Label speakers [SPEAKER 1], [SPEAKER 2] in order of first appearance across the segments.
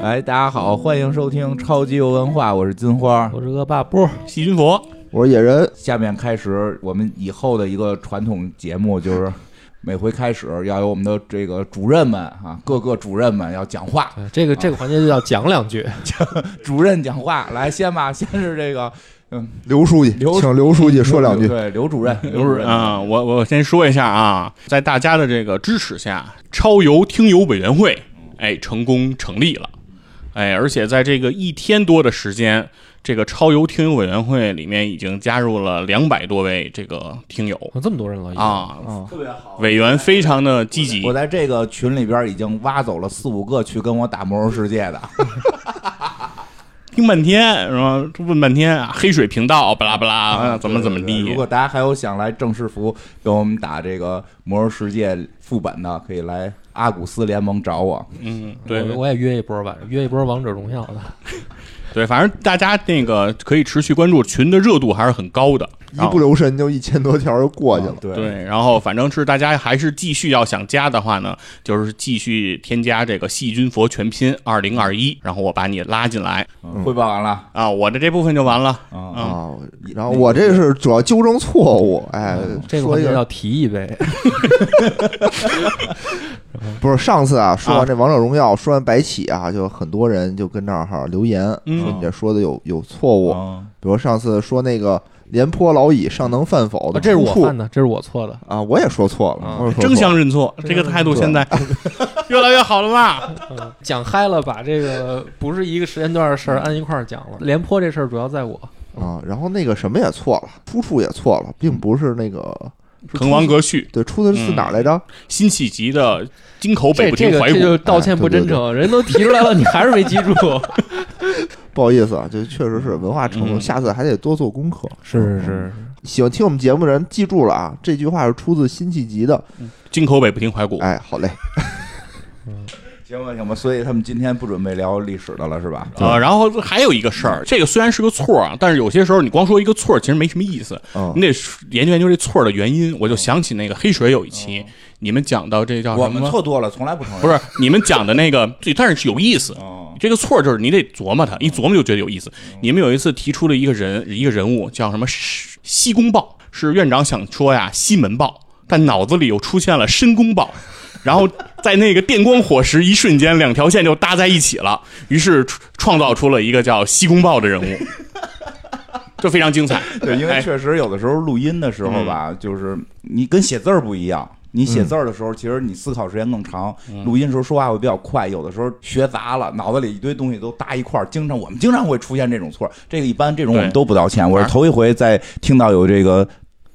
[SPEAKER 1] 哎，大家好，欢迎收听超级游文化，我是金花。
[SPEAKER 2] 我是恶霸波，
[SPEAKER 3] 细菌佛，
[SPEAKER 4] 我是野人，
[SPEAKER 1] 下面开始我们以后的一个传统节目，就是 每回开始要有我们的这个主任们啊，各个主任们要讲话，
[SPEAKER 2] 对哎这个这个环节就要讲两句。
[SPEAKER 1] 主任讲话。来，先吧， 先是这个
[SPEAKER 4] 刘书记，
[SPEAKER 1] 刘
[SPEAKER 4] 请刘书记说两句。
[SPEAKER 1] 对，刘主 任，刘
[SPEAKER 3] 就是啊，我我先说一下啊，在大家的这个支持下，超游听友委员会哎成功成立了，哎，而且在这个一天多的时间，这个超游听友委员会里面已经加入了两百多位这个听友
[SPEAKER 2] 哦这么多人了已经，
[SPEAKER 3] 啊，
[SPEAKER 2] 啊
[SPEAKER 1] 特别好
[SPEAKER 3] 委员非常的积极
[SPEAKER 1] 哎嗯我，在这个群里边已经挖走了四五个去跟我打魔兽世界的，
[SPEAKER 3] 听半天然后问半天啊黑水频道巴拉巴拉，啊怎么怎么
[SPEAKER 1] 对对对
[SPEAKER 3] 地
[SPEAKER 1] 如，果大家还有想来正式服跟我们打这个魔兽世界副本的，可以来阿古斯联盟找我。
[SPEAKER 3] 嗯，对，
[SPEAKER 2] 我我也约一波吧，约一波王者荣耀的。
[SPEAKER 3] 对，反正大家那个可以持续关注群的热度还是很高的，
[SPEAKER 4] 一
[SPEAKER 3] 然后
[SPEAKER 4] 不留神就一千多条就过去了
[SPEAKER 1] 啊，对
[SPEAKER 3] 对，然后反正是大家还是继续要想加的话呢，就是继续添加这个细菌佛全拼二零二一，然后我把你拉进来
[SPEAKER 1] 嗯汇报完了
[SPEAKER 3] 啊，我的这部分就完了。
[SPEAKER 1] 啊，
[SPEAKER 3] 嗯
[SPEAKER 4] 啊。然后我这是主要纠正错误，哎，
[SPEAKER 2] 这个
[SPEAKER 4] 说
[SPEAKER 2] 环
[SPEAKER 4] 一
[SPEAKER 2] 节
[SPEAKER 4] 个
[SPEAKER 2] 要提一杯，
[SPEAKER 4] 不是上次啊，说
[SPEAKER 3] 啊
[SPEAKER 4] 完这王者荣耀，说完白起啊，就很多人就跟那儿哈留言
[SPEAKER 3] 嗯
[SPEAKER 4] 说你这说的有有错误，
[SPEAKER 1] 嗯
[SPEAKER 4] 比如上次说那个廉颇老矣，尚能饭否
[SPEAKER 2] 哦
[SPEAKER 4] 的
[SPEAKER 2] 这是我
[SPEAKER 4] 出处
[SPEAKER 2] 犯的，这是我错的。
[SPEAKER 4] 啊，我也说错了
[SPEAKER 2] 啊，
[SPEAKER 4] 我也说错了
[SPEAKER 3] 争相认错，这个态度现在 越来越好了吧？
[SPEAKER 2] 嗯讲嗨了，把这个不是一个时间段的事儿按一块儿讲了。廉颇这事儿主要在我，
[SPEAKER 4] 啊，然后那个什么也错了，出处也错了，并不是那个是
[SPEAKER 3] 滕王
[SPEAKER 4] 出
[SPEAKER 3] 阁序，
[SPEAKER 4] 对出的是哪儿来着？
[SPEAKER 3] 辛弃疾的“京口北
[SPEAKER 2] 这
[SPEAKER 3] 不
[SPEAKER 2] 这
[SPEAKER 3] 听
[SPEAKER 2] 个
[SPEAKER 3] 怀
[SPEAKER 2] 这
[SPEAKER 3] 古
[SPEAKER 2] 就道歉不真诚，人都提出来了，你还是没记住。
[SPEAKER 4] 不好意思啊，这确实是文化程度，
[SPEAKER 3] 嗯
[SPEAKER 4] 下次还得多做功课。
[SPEAKER 2] 是 是，
[SPEAKER 4] 喜欢听我们节目的人记住了啊，这句话是出自辛弃疾的。”，“
[SPEAKER 3] 京口北不听怀古
[SPEAKER 4] 哎，好嘞，
[SPEAKER 1] 行吧行吧，所以他们今天不准备聊历史的了是吧”。？
[SPEAKER 3] 呃，然后还有一个事儿，这个虽然是个错啊，但是有些时候你光说一个错，其实没什么意思。
[SPEAKER 4] 嗯
[SPEAKER 3] 你，得研究研究这错的原因。我就想起那个黑水有一期，你们讲到这叫啊什么？
[SPEAKER 1] 我们错多了，从来不承认。
[SPEAKER 3] 不是你们讲的那个，对，但是有意思。
[SPEAKER 1] 嗯，
[SPEAKER 3] 这个错就是你得琢磨它，一琢磨就觉得有意思。你们有一次提出了一个人，一个人物叫什么西西宫豹，是院长想说呀西门豹，但脑子里又出现了申公豹，然后在那个电光火石一瞬间，两条线就搭在一起了，于是创创造出了一个叫西宫豹的人物，这非常精彩。
[SPEAKER 1] 对，因为
[SPEAKER 3] 哎嗯
[SPEAKER 1] 确实有的时候录音的时候吧，就是你跟写字儿不一样。你写字儿的时候，其实你思考时间更长；
[SPEAKER 3] 嗯
[SPEAKER 1] 录音的时候说话会比较快，有的时候学杂了，脑子里一堆东西都搭一块儿。经常我们经常会出现这种错儿，这个一般这种我们
[SPEAKER 3] 对
[SPEAKER 1] 都不道歉。我是
[SPEAKER 3] 而
[SPEAKER 1] 头一回在听到有这个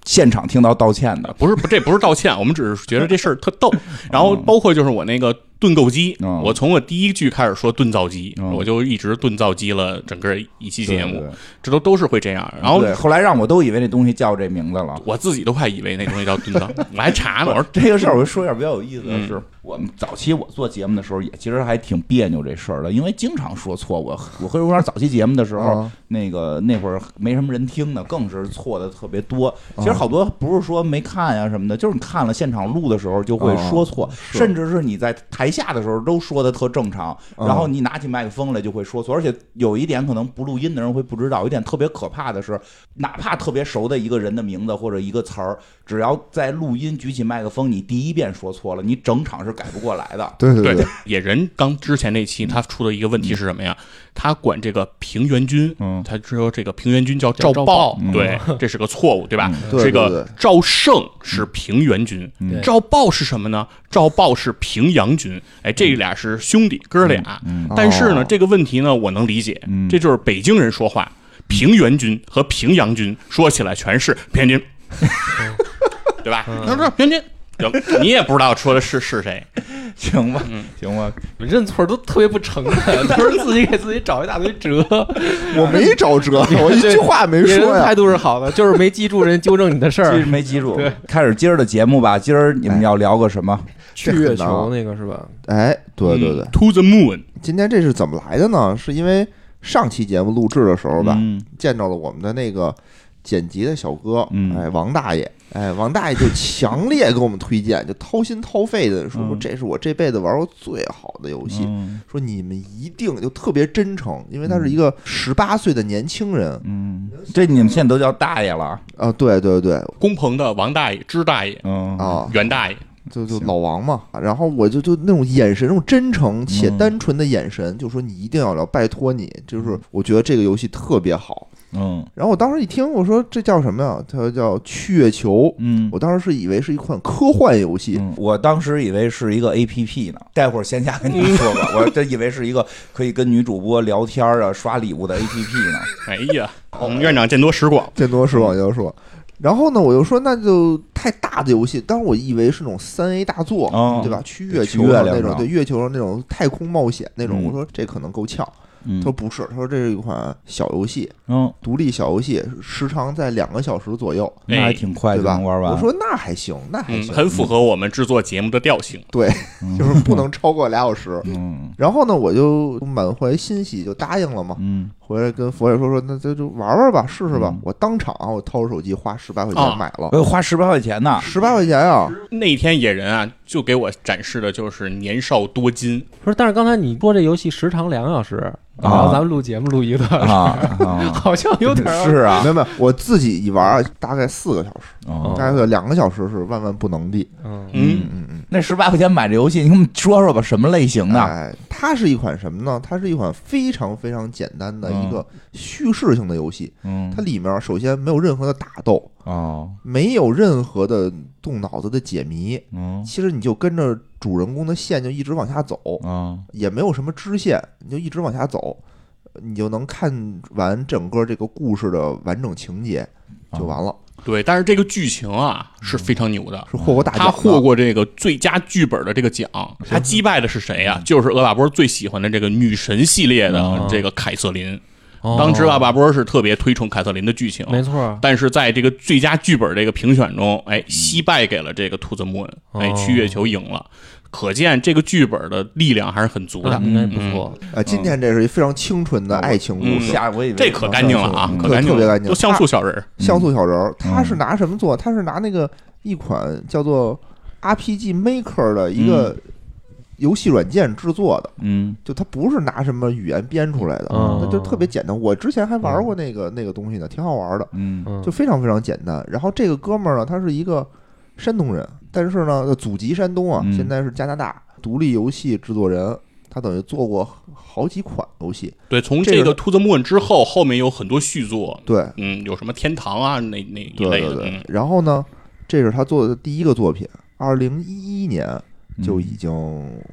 [SPEAKER 1] 现场听到道歉的。
[SPEAKER 3] 不是，不，这不是道歉，我们只是觉得这事儿特 逗。然后包括就是我那个盾构机，
[SPEAKER 1] 嗯
[SPEAKER 3] 我从我第一句开始说盾造机，
[SPEAKER 1] 嗯
[SPEAKER 3] 我就一直盾造机了整个一期节目，
[SPEAKER 1] 对对
[SPEAKER 3] 这都都是会这样。然后
[SPEAKER 1] 对，后来让我都以为那东西叫这名字了。
[SPEAKER 3] 我自己都快以为那东西叫盾 造，我还查呢，我说
[SPEAKER 1] 这个事儿，我说一下比较有意思的
[SPEAKER 3] 嗯
[SPEAKER 1] 是，我们早期我做节目的时候，也其实还挺别扭这事儿的，因为经常说错。我我回国早期节目的时候，
[SPEAKER 4] 啊
[SPEAKER 1] 那个那会儿没什么人听呢，更是错的特别多。其实
[SPEAKER 4] 啊
[SPEAKER 1] 好多不是说没看呀、什么的，就是你看了现场录的时候就会
[SPEAKER 4] 啊
[SPEAKER 1] 说错，
[SPEAKER 4] 是
[SPEAKER 1] 甚至嗯是你在台下的时候都说的特正常，
[SPEAKER 4] 啊
[SPEAKER 1] 然后你拿起麦克风来就会说错。而且有一点可能不录音的人会不知道，有一点特别可怕的是，哪怕特别熟的一个人的名字或者一个词儿，只要在录音举起麦克风，你第一遍说错了，你整场是改不过来的。
[SPEAKER 4] 对对
[SPEAKER 3] 对，野人刚之前那期他出的一个问题是什么呀？他管这个平原君，
[SPEAKER 1] 嗯
[SPEAKER 3] 他说这个平原君叫
[SPEAKER 2] 叫
[SPEAKER 3] 赵
[SPEAKER 2] 赵
[SPEAKER 3] 豹
[SPEAKER 2] 豹，
[SPEAKER 3] 对，这是个错误，对吧？
[SPEAKER 4] 对
[SPEAKER 3] 这
[SPEAKER 4] 对
[SPEAKER 3] 个
[SPEAKER 4] 对
[SPEAKER 3] 赵胜是平原君，
[SPEAKER 2] 对
[SPEAKER 3] 赵豹是什么呢？赵豹是平阳君，哎，这俩是兄弟哥俩。
[SPEAKER 1] 嗯
[SPEAKER 3] 但是呢，
[SPEAKER 4] 哦
[SPEAKER 3] 这个问题呢，我能理解，这就是北京人说话，平原君和平阳君说起来全是平原君，对吧？他说平原君。就 你也不知道说的是是谁，
[SPEAKER 1] 行吧，行吧，
[SPEAKER 2] 你认错都特别不诚恳，都是自己给自己找一大堆辙。
[SPEAKER 4] 我没找辙，我一句话没
[SPEAKER 2] 别
[SPEAKER 4] 说
[SPEAKER 2] 人态
[SPEAKER 4] 呀。
[SPEAKER 2] 度是好的，就是没记住人纠正你的事
[SPEAKER 1] 其
[SPEAKER 2] 儿
[SPEAKER 1] 实。没记住
[SPEAKER 2] 对。
[SPEAKER 1] 开始今儿的节目吧，今儿你们
[SPEAKER 4] 哎
[SPEAKER 1] 要聊个什么？
[SPEAKER 2] 去月球那个是吧？
[SPEAKER 4] 啊哎，对对对
[SPEAKER 3] 嗯，，To the moon，
[SPEAKER 4] 今天这是怎么来的呢？是因为上期节目录制的时候吧，
[SPEAKER 1] 嗯
[SPEAKER 4] 见着了我们的那个剪辑的小哥，
[SPEAKER 1] 嗯
[SPEAKER 4] 哎，王大爷，哎，王大爷就强烈给我们推荐，就掏心掏肺的说，
[SPEAKER 1] 嗯
[SPEAKER 4] 说这是我这辈子玩过最好的游戏，
[SPEAKER 1] 嗯
[SPEAKER 4] 说你们一定就特别真诚，因为他是一个十八岁的年轻人
[SPEAKER 1] 嗯，这你们现在都叫大爷了，
[SPEAKER 4] 啊，对对对，
[SPEAKER 3] 工棚的王大爷、支大爷、
[SPEAKER 1] 嗯，
[SPEAKER 4] 啊，
[SPEAKER 3] 袁大爷，
[SPEAKER 4] 就就
[SPEAKER 1] 行
[SPEAKER 4] 老王嘛，然后我就就那种眼神，那种真诚且
[SPEAKER 1] 嗯
[SPEAKER 4] 单纯的眼神，就说你一定要聊，拜托你，就是我觉得这个游戏特别好。
[SPEAKER 1] 嗯
[SPEAKER 4] 然后我当时一听，我说这叫什么呀？它叫《去月球》，
[SPEAKER 1] 嗯
[SPEAKER 4] 我当时是以为是一款科幻游戏，
[SPEAKER 1] 嗯，我当时以为是一个 A P P 呢，待会儿线下跟你们说吧， 我真以为是一个可以跟女主播聊天啊、刷礼物的 A P P 呢。
[SPEAKER 3] 哎呀，我们院长见多识广，
[SPEAKER 4] 见多识广就说。然后呢，我又说那就太大的游戏，当时我以为是那种三 A 大作，
[SPEAKER 1] 哦
[SPEAKER 4] 对吧？去月
[SPEAKER 1] 去
[SPEAKER 4] 球
[SPEAKER 1] 月
[SPEAKER 4] 上
[SPEAKER 1] 亮
[SPEAKER 4] 那种，
[SPEAKER 1] 上
[SPEAKER 4] 对月球上那种太空冒险那种，
[SPEAKER 1] 嗯
[SPEAKER 4] 我说这可能够呛。
[SPEAKER 1] 嗯
[SPEAKER 4] 他说不是，他说这是一款小游戏，
[SPEAKER 1] 嗯，
[SPEAKER 4] 独立小游戏，时长在两个小时左右，
[SPEAKER 1] 那
[SPEAKER 3] 哎
[SPEAKER 1] 还挺快
[SPEAKER 4] 对
[SPEAKER 1] 就
[SPEAKER 4] 吧？
[SPEAKER 1] 能玩完。
[SPEAKER 4] 我说那还行，那还
[SPEAKER 3] 嗯，
[SPEAKER 4] 行，
[SPEAKER 3] 很符合我们制作节目的调性。
[SPEAKER 4] 就是不能超过俩 小时。
[SPEAKER 1] 嗯
[SPEAKER 4] 然后呢，我就满怀欣喜就答应了嘛。
[SPEAKER 1] 嗯
[SPEAKER 4] 回来跟佛爷说说，那就就玩玩吧，试试吧
[SPEAKER 1] 嗯。呃
[SPEAKER 4] 我当场啊我掏出手机花十八块
[SPEAKER 3] 啊
[SPEAKER 4] 钱买了
[SPEAKER 1] 我，要花十八块钱呢。
[SPEAKER 4] 十八块钱啊！
[SPEAKER 3] 那天野人啊，就给我展示的就是年少多金，
[SPEAKER 2] 不是，但是刚才你说这游戏时长两个小时，然后咱们录节目录一个，
[SPEAKER 1] 啊，啊
[SPEAKER 2] 好像有点儿
[SPEAKER 1] 是啊
[SPEAKER 4] 呃没，有没有，我自己一玩啊大概四个小时，
[SPEAKER 1] 哦
[SPEAKER 4] 大概两个小时是万万不能的。
[SPEAKER 2] 嗯
[SPEAKER 3] 嗯，
[SPEAKER 4] 嗯嗯
[SPEAKER 1] 那十八块钱买这游戏，你给我们说说吧，什么类型
[SPEAKER 4] 嗯，
[SPEAKER 1] 的？
[SPEAKER 4] 哎，它是一款什么呢？它是一款非常非常简单的
[SPEAKER 1] 嗯
[SPEAKER 4] 一个叙事性的游戏。
[SPEAKER 1] 嗯
[SPEAKER 4] 它里面首先没有任何的打斗，
[SPEAKER 1] 哦，
[SPEAKER 4] 没有任何的动脑子的解谜，
[SPEAKER 1] 嗯
[SPEAKER 4] 其实你就跟着主人公的线就一直往下走，
[SPEAKER 1] 啊，
[SPEAKER 4] 也没有什么支线，你就一直往下走，你就能看完整个这个故事的完整情节
[SPEAKER 1] 哦
[SPEAKER 4] 就完了，
[SPEAKER 3] 对。但是这个剧情啊是非常牛的，
[SPEAKER 4] 是获过大奖
[SPEAKER 3] 他
[SPEAKER 4] 的。
[SPEAKER 3] 获过这个最佳剧本的这个奖，他击败的是谁呀、就是厄瓦波最喜欢的这个女神系列的
[SPEAKER 2] 嗯
[SPEAKER 3] 这个凯瑟琳。
[SPEAKER 2] 哦
[SPEAKER 3] 当时厄瓦波是特别推崇凯瑟琳的剧情，
[SPEAKER 2] 没错，
[SPEAKER 3] 但是在这个最佳剧本这个评选中，哎，惜败给了这个《兔子木恩》，哎，
[SPEAKER 2] 哦
[SPEAKER 3] 去月球赢了。可见这个剧本的力量还是很足
[SPEAKER 2] 那
[SPEAKER 3] 的。
[SPEAKER 2] 应该不
[SPEAKER 3] 嗯
[SPEAKER 2] 错。
[SPEAKER 4] 呃，今天这是一非常清纯的爱情故事。
[SPEAKER 1] 下我以为
[SPEAKER 3] 这可干净了啊
[SPEAKER 1] 嗯，
[SPEAKER 3] 可干净
[SPEAKER 4] 特别
[SPEAKER 3] 了，
[SPEAKER 4] 干净啊
[SPEAKER 3] 都像素小人儿，
[SPEAKER 2] 嗯
[SPEAKER 4] 像素小人儿，他是拿什么做？他是拿那个一款叫做 RPG Maker 的一个
[SPEAKER 2] 嗯
[SPEAKER 4] 游戏软件制作的，
[SPEAKER 1] 嗯
[SPEAKER 4] 就它不是拿什么语言编出来的，
[SPEAKER 2] 嗯
[SPEAKER 4] 它就特别简单。我之前还玩过那个那个东西呢，挺好玩的，
[SPEAKER 1] 嗯
[SPEAKER 2] 嗯，
[SPEAKER 4] 就非常非常简单。然后这个哥们儿呢，他是一个山东人，但是呢，祖籍山东啊，
[SPEAKER 1] 嗯
[SPEAKER 4] 现在是加拿大独立游戏制作人。他等于做过好几款游戏，
[SPEAKER 3] 对，从
[SPEAKER 4] 这个
[SPEAKER 3] 这个《兔子木恩》之后，后面有很多续作，
[SPEAKER 4] 对
[SPEAKER 3] 嗯，有什么天堂啊那那一
[SPEAKER 4] 对
[SPEAKER 3] 类
[SPEAKER 4] 对
[SPEAKER 3] 的，
[SPEAKER 4] 对
[SPEAKER 3] 嗯。
[SPEAKER 4] 然后呢，这是他做的第一个作品，二零一一年
[SPEAKER 3] 嗯
[SPEAKER 4] 就
[SPEAKER 1] 嗯
[SPEAKER 4] 已经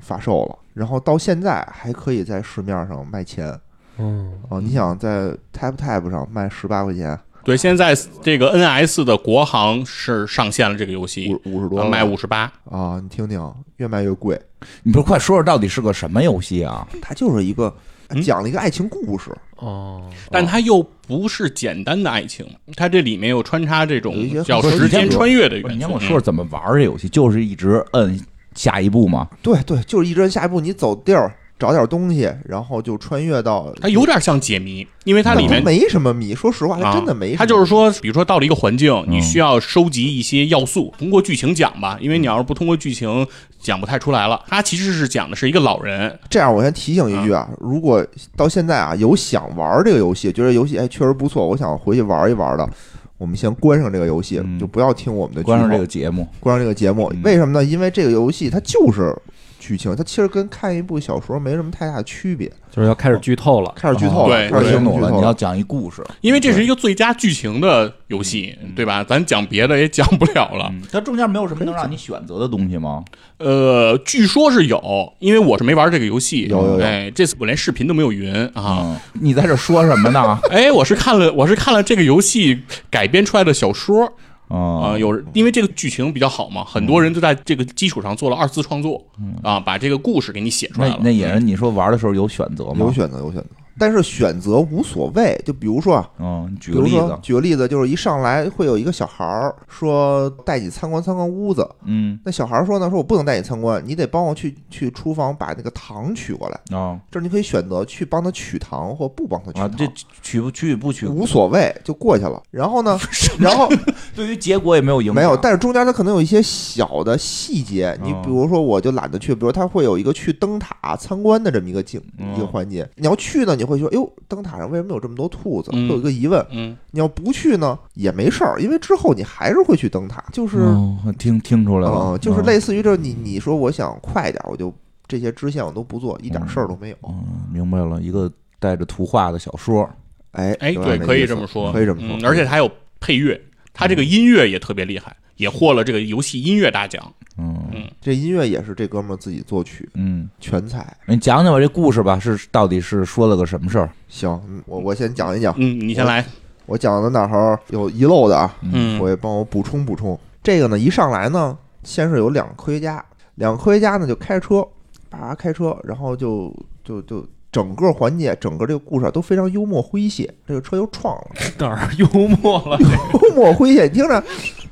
[SPEAKER 4] 发售了，然后到现在还可以在市面上卖钱
[SPEAKER 2] 嗯
[SPEAKER 4] 啊！你想在 Tap Tap 上卖十八块钱，
[SPEAKER 3] 对，现在这个 NS 的国行是上线了这个游戏，
[SPEAKER 4] 五五十多
[SPEAKER 3] 啊
[SPEAKER 4] 了
[SPEAKER 3] 卖五十八，
[SPEAKER 4] 啊！你听听，越卖越贵。
[SPEAKER 1] 你不是快说说到底是个什么游戏啊？
[SPEAKER 4] 它就是一个
[SPEAKER 3] 嗯
[SPEAKER 4] 讲了一个爱情故事，
[SPEAKER 2] 哦，
[SPEAKER 3] 但它又不是简单的爱情，它这里面又穿插这
[SPEAKER 4] 有一些很
[SPEAKER 3] 种叫
[SPEAKER 1] 多
[SPEAKER 3] 时间穿越的
[SPEAKER 1] 不是
[SPEAKER 3] 元素。嗯
[SPEAKER 1] 你先给我说说怎么玩这游戏，就是一直摁下一步嘛。
[SPEAKER 4] 对对，就是一直下一步你走地儿找点东西，然后就穿越到
[SPEAKER 3] 嗯它有点像解谜，因为它
[SPEAKER 4] 但
[SPEAKER 3] 里面
[SPEAKER 4] 没什么谜，说实话，它
[SPEAKER 3] 啊，
[SPEAKER 4] 真的没什么。
[SPEAKER 3] 它就是说，比如说到了一个环境，
[SPEAKER 1] 嗯
[SPEAKER 3] 你需要收集一些要素，
[SPEAKER 4] 嗯
[SPEAKER 3] 通过剧情讲吧，因为你要是不通过剧情讲不太出来了。它其实是讲的是一个老人，
[SPEAKER 4] 这样，我先提醒一句啊，如果到现在啊有想玩这个游戏，觉得游戏哎确实不错，我想回去玩一玩的，我们先关上这个游戏，
[SPEAKER 1] 嗯
[SPEAKER 4] 就不要听我们的剧
[SPEAKER 1] 关上
[SPEAKER 4] 透
[SPEAKER 1] 这个节目，
[SPEAKER 4] 关上这个节目。
[SPEAKER 1] 嗯
[SPEAKER 4] 为什么呢？因为这个游戏它就是剧情，它其实跟看一部小说没什么太大区别。
[SPEAKER 1] 哦
[SPEAKER 2] 就是要开始剧透 了。
[SPEAKER 4] 开始剧透了，
[SPEAKER 3] 对啊
[SPEAKER 4] 开
[SPEAKER 1] 我
[SPEAKER 4] 始
[SPEAKER 1] 听
[SPEAKER 4] 剧
[SPEAKER 1] 懂了，
[SPEAKER 4] 透
[SPEAKER 1] 你要讲一故事。
[SPEAKER 3] 因为这是一个最佳剧情的游戏，
[SPEAKER 4] 嗯
[SPEAKER 3] 对吧？咱讲别的也讲不了 了。
[SPEAKER 1] 嗯它中间没有什么能让你选择的东西吗？
[SPEAKER 3] 呃，据说是有，因为我是没玩这个游戏，
[SPEAKER 4] 有有有
[SPEAKER 3] 哎，这次我连视频都没有云啊。
[SPEAKER 1] 嗯，你在这说什么 呢？
[SPEAKER 3] 哎，我是看了，我是看了这个游戏改编出来的小说啊、
[SPEAKER 1] 啊
[SPEAKER 3] 有因为这个剧情比较好嘛，很多人就在这个基础上做了二次创作啊，把这个故事给你写出来
[SPEAKER 1] 那
[SPEAKER 3] 了。
[SPEAKER 1] 那野人，你说玩的时候有选择吗？
[SPEAKER 4] 有选择，有选择，但是选择无所谓。就比如说啊，
[SPEAKER 1] 嗯，举
[SPEAKER 4] 比
[SPEAKER 1] 个
[SPEAKER 4] 如
[SPEAKER 1] 例
[SPEAKER 4] 说
[SPEAKER 1] 子，
[SPEAKER 4] 举个例子，就是一上来会有一个小孩儿说带你参观参观屋子，
[SPEAKER 1] 嗯
[SPEAKER 4] 那小孩儿说呢，说我不能带你参观，你得帮我去去厨房把那个糖取过来。
[SPEAKER 1] 啊
[SPEAKER 4] 这儿你可以选择去帮他取糖或不帮他取
[SPEAKER 1] 啊，
[SPEAKER 4] 糖，
[SPEAKER 1] 这取不取不取，
[SPEAKER 4] 无所谓，就过去了。然 后呢，然后
[SPEAKER 1] 对于结果也没有影响，
[SPEAKER 4] 没有，但是中间它可能有一些小的细节，你
[SPEAKER 1] 哦
[SPEAKER 4] 比如说我就懒得去，比如它会有一个去灯塔参观的这么一个景
[SPEAKER 1] 嗯
[SPEAKER 4] 一个环节，你要去呢，你会说，哟，灯塔上为什么有这么多兔子？会
[SPEAKER 3] 嗯
[SPEAKER 4] 有一个疑问。
[SPEAKER 3] 嗯，
[SPEAKER 4] 你要不去呢，也没事儿，因为之后你还是会去灯塔，就是
[SPEAKER 1] 哦听听出来了
[SPEAKER 4] 嗯，，就是
[SPEAKER 1] 嗯
[SPEAKER 4] 类，似于这你你说我想快点儿，我就这些支线我都不做，一点事儿都没有。
[SPEAKER 1] 嗯，明白了，一个带着图画的小说，
[SPEAKER 4] 哎
[SPEAKER 3] 哎，
[SPEAKER 4] 有
[SPEAKER 3] 对，
[SPEAKER 4] 点
[SPEAKER 3] 可
[SPEAKER 4] 意
[SPEAKER 3] 以
[SPEAKER 4] 思
[SPEAKER 3] 这么说，
[SPEAKER 4] 可以这么
[SPEAKER 3] 嗯
[SPEAKER 4] 说。
[SPEAKER 3] 而且它还有配乐，它这个音乐也特别厉害，也获了这个游戏音乐大奖。
[SPEAKER 1] 嗯
[SPEAKER 4] 这音乐也是这哥们儿自己作曲，
[SPEAKER 1] 嗯，
[SPEAKER 4] 全才。
[SPEAKER 1] 你讲讲吧，这故事吧，是到底是说了个什么事儿？
[SPEAKER 4] 行，嗯我我先讲一讲，
[SPEAKER 3] 嗯，你先来，
[SPEAKER 4] 我讲的哪儿有遗漏的啊，
[SPEAKER 3] 嗯
[SPEAKER 4] 我也帮我补充补充。这个呢，一上来呢，先是有两个科学家，两个科学家呢就开车，叭开车，然后就就就整个环节，整个这个故事啊都非常幽默诙谐。这个车又撞了，
[SPEAKER 2] 哪儿幽默 了？
[SPEAKER 4] 幽默诙谐，你听着，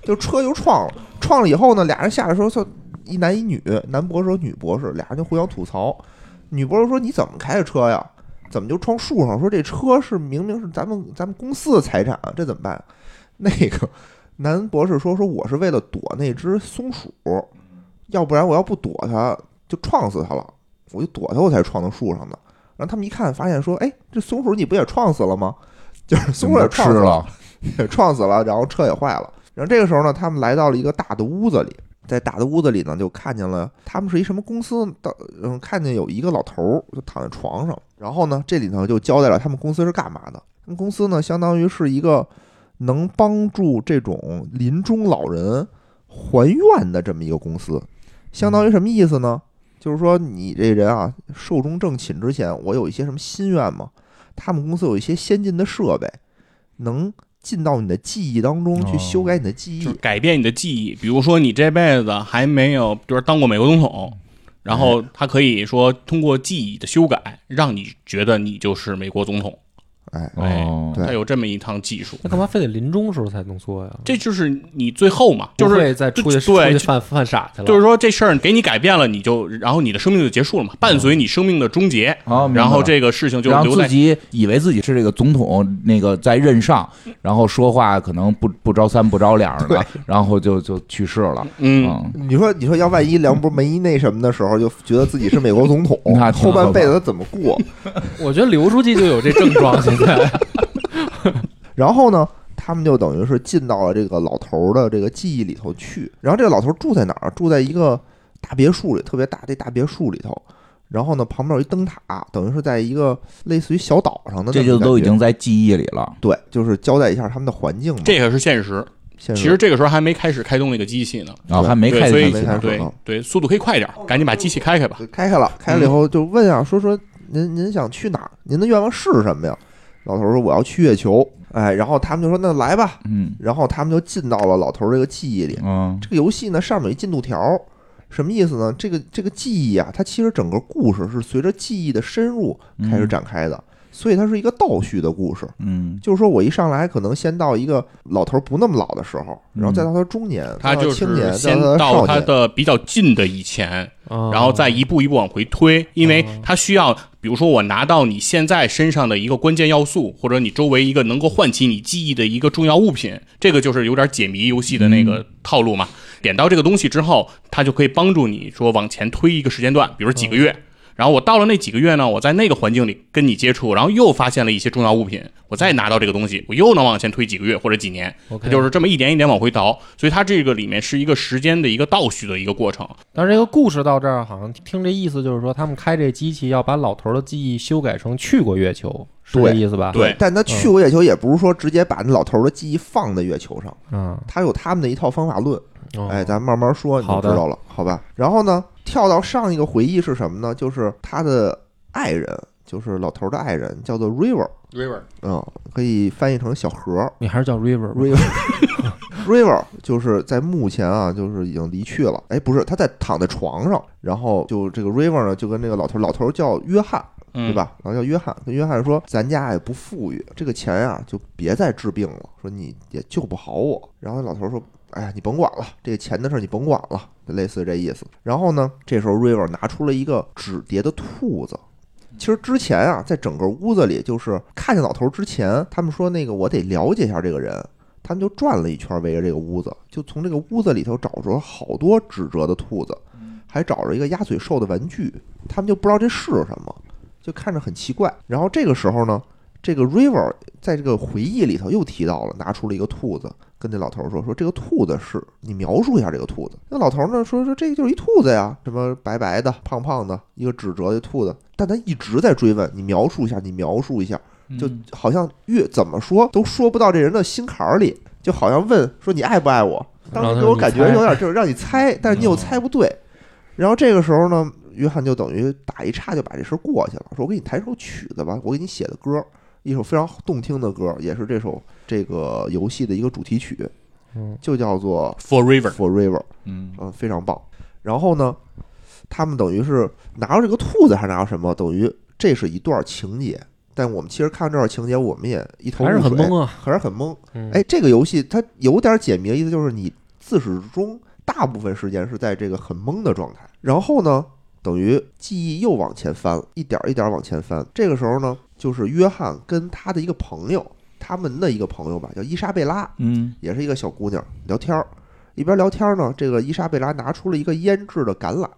[SPEAKER 4] 就车又撞了，撞了以后呢，俩人下来的时候，就一男一女，男博士和女博士，俩人就互相吐槽。女博士说：“你怎么开的车呀？怎么就撞树上？说这车是明明是咱们咱们公司的财产，啊这怎么办？” 那个男博士说：“说我是为了躲那只松鼠，要不然我要不躲它，就撞死它了。我就躲它，我才撞到树上的。”然后他们一看，发现说：“哎，这松鼠你不也撞死了吗？就是松鼠也
[SPEAKER 1] 吃
[SPEAKER 4] 撞死
[SPEAKER 1] 了，
[SPEAKER 4] 也 撞死了，然后车也坏了。然后这个时候呢，他们来到了一个大的屋子里，在大的屋子里呢，就看见了他们是一什么公司的，嗯，看见有一个老头儿就躺在床上。然后呢，这里头就交代了他们公司是干嘛的。他们公司呢，相当于是一个能帮助这种临终老人还愿的这么一个公司，相当于什么意思呢？就是说你这人啊，寿终正寝之前，我有一些什么心愿吗？他们公司有一些先进的设备，能进到你的记忆当中去
[SPEAKER 1] 哦
[SPEAKER 4] 修改你的记忆
[SPEAKER 3] 就是。改变你的记忆，比如说你这辈子还没有，比如当过美国总统，然后他可以说通过记忆的修改，让你觉得你就是美国总统。
[SPEAKER 4] 哎，
[SPEAKER 3] 哎
[SPEAKER 1] 哦，
[SPEAKER 4] 对
[SPEAKER 3] 他有这么一趟技术，
[SPEAKER 2] 那干嘛非得临终时候才弄错呀？
[SPEAKER 3] 这就是你最后嘛，就
[SPEAKER 2] 不
[SPEAKER 3] 是
[SPEAKER 2] 会再出去
[SPEAKER 3] 就
[SPEAKER 2] 出
[SPEAKER 3] 对
[SPEAKER 2] 去
[SPEAKER 3] 就
[SPEAKER 2] 犯犯傻去了。
[SPEAKER 3] 就是说这事儿给你改变了，你就然后你的生命就结束了嘛，伴随你生命的终结，
[SPEAKER 1] 哦，明白
[SPEAKER 3] 然后
[SPEAKER 1] 了
[SPEAKER 3] 这个事情就
[SPEAKER 1] 然后
[SPEAKER 3] 留
[SPEAKER 1] 自
[SPEAKER 3] 在。
[SPEAKER 1] 己以为自己是这个总统，那个在任上，然后说话可能不不着三不着两的，然后就就去世了。
[SPEAKER 3] 嗯，
[SPEAKER 1] 嗯，
[SPEAKER 4] 你说，你说，要万一梁博没那什么的时候，就觉得自己是美国总统
[SPEAKER 1] 那，挺
[SPEAKER 4] 后
[SPEAKER 1] 好
[SPEAKER 4] 半辈子他怎么过？
[SPEAKER 2] 我觉得刘书记就有这症 状，现在
[SPEAKER 4] 然后呢，他们就等于是进到了这个老头儿的这个记忆里头去。然后这个老头儿住在哪儿？住在一个大别墅里，特别大的大别墅里头。然后呢，旁边有一灯塔，等于是在一个类似于小岛上的那种感觉，
[SPEAKER 1] 这就都已经在记忆里了。
[SPEAKER 4] 对，就是交代一下他们的环境嘛。
[SPEAKER 3] 这个是现实。
[SPEAKER 4] 现
[SPEAKER 3] 其实这个时候还没开始开动那个机器呢，
[SPEAKER 1] 啊，
[SPEAKER 4] 对
[SPEAKER 1] 还没
[SPEAKER 3] 对
[SPEAKER 1] 开
[SPEAKER 3] 所
[SPEAKER 1] 始
[SPEAKER 3] 以
[SPEAKER 1] 看
[SPEAKER 4] 没开
[SPEAKER 1] 呢
[SPEAKER 4] 始
[SPEAKER 3] 对
[SPEAKER 4] 呢
[SPEAKER 3] 对，速度可以快点儿，赶紧把机器开开吧。
[SPEAKER 4] 就开开了，开了以后就问啊，说说您您想去哪儿？您的愿望是什么呀？老头儿说我要去月球。哎，然后他们就说那来吧。
[SPEAKER 1] 嗯
[SPEAKER 4] 然后他们就进到了老头儿这个记忆里。
[SPEAKER 1] 嗯
[SPEAKER 4] 这个游戏呢上面有一进度条儿，什么意思呢？这个这个记忆啊，它其实整个故事是随着记忆的深入开始展开的，所以它是一个倒叙的故事。
[SPEAKER 1] 嗯，
[SPEAKER 4] 就是说我一上来可能先到一个老头儿不那么老的时候，然后再到他中年，
[SPEAKER 3] 他
[SPEAKER 1] 哦
[SPEAKER 4] 再到
[SPEAKER 3] 就
[SPEAKER 4] 青年，
[SPEAKER 3] 是
[SPEAKER 4] 再
[SPEAKER 3] 先
[SPEAKER 4] 到
[SPEAKER 3] 到
[SPEAKER 4] 少
[SPEAKER 3] 他
[SPEAKER 4] 年。
[SPEAKER 3] 的比较近的以前，
[SPEAKER 2] 然
[SPEAKER 4] 哦
[SPEAKER 3] 然后再一步一步往回推，因为它需要，比如说我拿到你现在身上的一个关键要素，或者你周围一个能够唤起你记忆的一个重要物品，这个就是有点解谜游戏的那个套路
[SPEAKER 4] 嗯
[SPEAKER 3] 嘛。点到这个东西之后，它就可以帮助你说往前推一个时间段，比如几个月。然后我到了那几个月呢，我在那个环境里跟你接触，然后又发现了一些重要物品，我再拿到这个东西，我又能往前推几个月或者几年，它
[SPEAKER 2] OK，
[SPEAKER 3] 就是这么一点一点往回倒。所以它这个里面是一个时间的一个倒叙的一个过程。
[SPEAKER 2] 但是这个故事到这儿，好像听这意思就是说，他们开这机器要把老头儿的记忆修改成去过月球，是这
[SPEAKER 4] 对
[SPEAKER 2] 意思吧？
[SPEAKER 3] 对
[SPEAKER 4] 但他去过月球，也不是说直接把那老头儿的记忆放在月球上，
[SPEAKER 2] 嗯，
[SPEAKER 4] 他有他们的一套方法论。
[SPEAKER 2] 哦
[SPEAKER 4] 哎，咱慢慢说，你就
[SPEAKER 2] 好
[SPEAKER 4] 知
[SPEAKER 2] 的
[SPEAKER 4] 道了，好吧？然后呢，跳到上一个回忆是什么呢？就是他的爱人，就是老头儿的爱人，叫做 River，
[SPEAKER 3] River，
[SPEAKER 4] 嗯，可以翻译成小河。
[SPEAKER 2] 你还是叫 River 吧
[SPEAKER 4] River，River 就是在墓前啊，就是已经离去了。哎，不是，他在躺在床上，然后就这个 River 呢，就跟那个老头儿，老头儿叫约翰，
[SPEAKER 3] 嗯
[SPEAKER 4] 对？吧？然后叫约翰，跟约翰说：“咱家也不富裕，这个钱啊就别再治病了，说你也救不好我。”然后老头说：“哎呀，你甭管了，这个钱的事儿你甭管了，就类似这意思。”然后呢，这时候 River 拿出了一个纸叠的兔子。其实之前啊，在整个屋子里，就是看见老头之前，他们说那个我得了解一下这个人，他们就转了一圈围着这个屋子，就从这个屋子里头找着好多纸折的兔子，还找着一个鸭嘴兽的玩具，他们就不知道这是什么。就看着很奇怪。然后这个时候呢，这个 River 在这个回忆里头又提到了，拿出了一个兔子，跟那老头说：“说这个兔子是你描述一下这个兔子。”那老头呢说：“说这个就是一兔子呀，什么白白的、胖胖的，一个纸折的兔子。”但他一直在追问：“你描述一下，你描述一下。”
[SPEAKER 1] 嗯
[SPEAKER 4] 就好像越怎么说都说不到这人的心坎儿里，就好像问说你爱不爱我？当时给我感觉有点就是让你猜，但是你又猜不对。然后这个时候呢，约翰就等于打一岔就把这事儿过去了，说我给你弹一首曲子吧，我给你写的歌，一首非常动听的歌，也是这首这个游戏的一个主题曲，
[SPEAKER 2] 嗯
[SPEAKER 4] 就叫做
[SPEAKER 3] For River，
[SPEAKER 4] Forever。
[SPEAKER 1] 嗯
[SPEAKER 4] 嗯，非常棒。然后呢，他们等于是拿着这个兔子，还是拿着什么？等于这是一段情节，但我们其实看这段情节，我们也一头雾
[SPEAKER 2] 还
[SPEAKER 4] 水，
[SPEAKER 2] 是很懵啊。
[SPEAKER 4] 还是很懵。
[SPEAKER 2] 嗯
[SPEAKER 4] 哎，这个游戏它有点解谜的意思，就是你自始至终大部分时间是在这个很懵的状态，然后呢，等于记忆又往前翻了，一点儿一点儿往前翻。这个时候呢，就是约翰跟他的一个朋友，他们的一个朋友吧，叫伊莎贝拉，
[SPEAKER 1] 嗯
[SPEAKER 4] 也是一个小姑娘聊天儿，一边聊天儿呢，这个伊莎贝拉拿出了一个腌制的橄榄，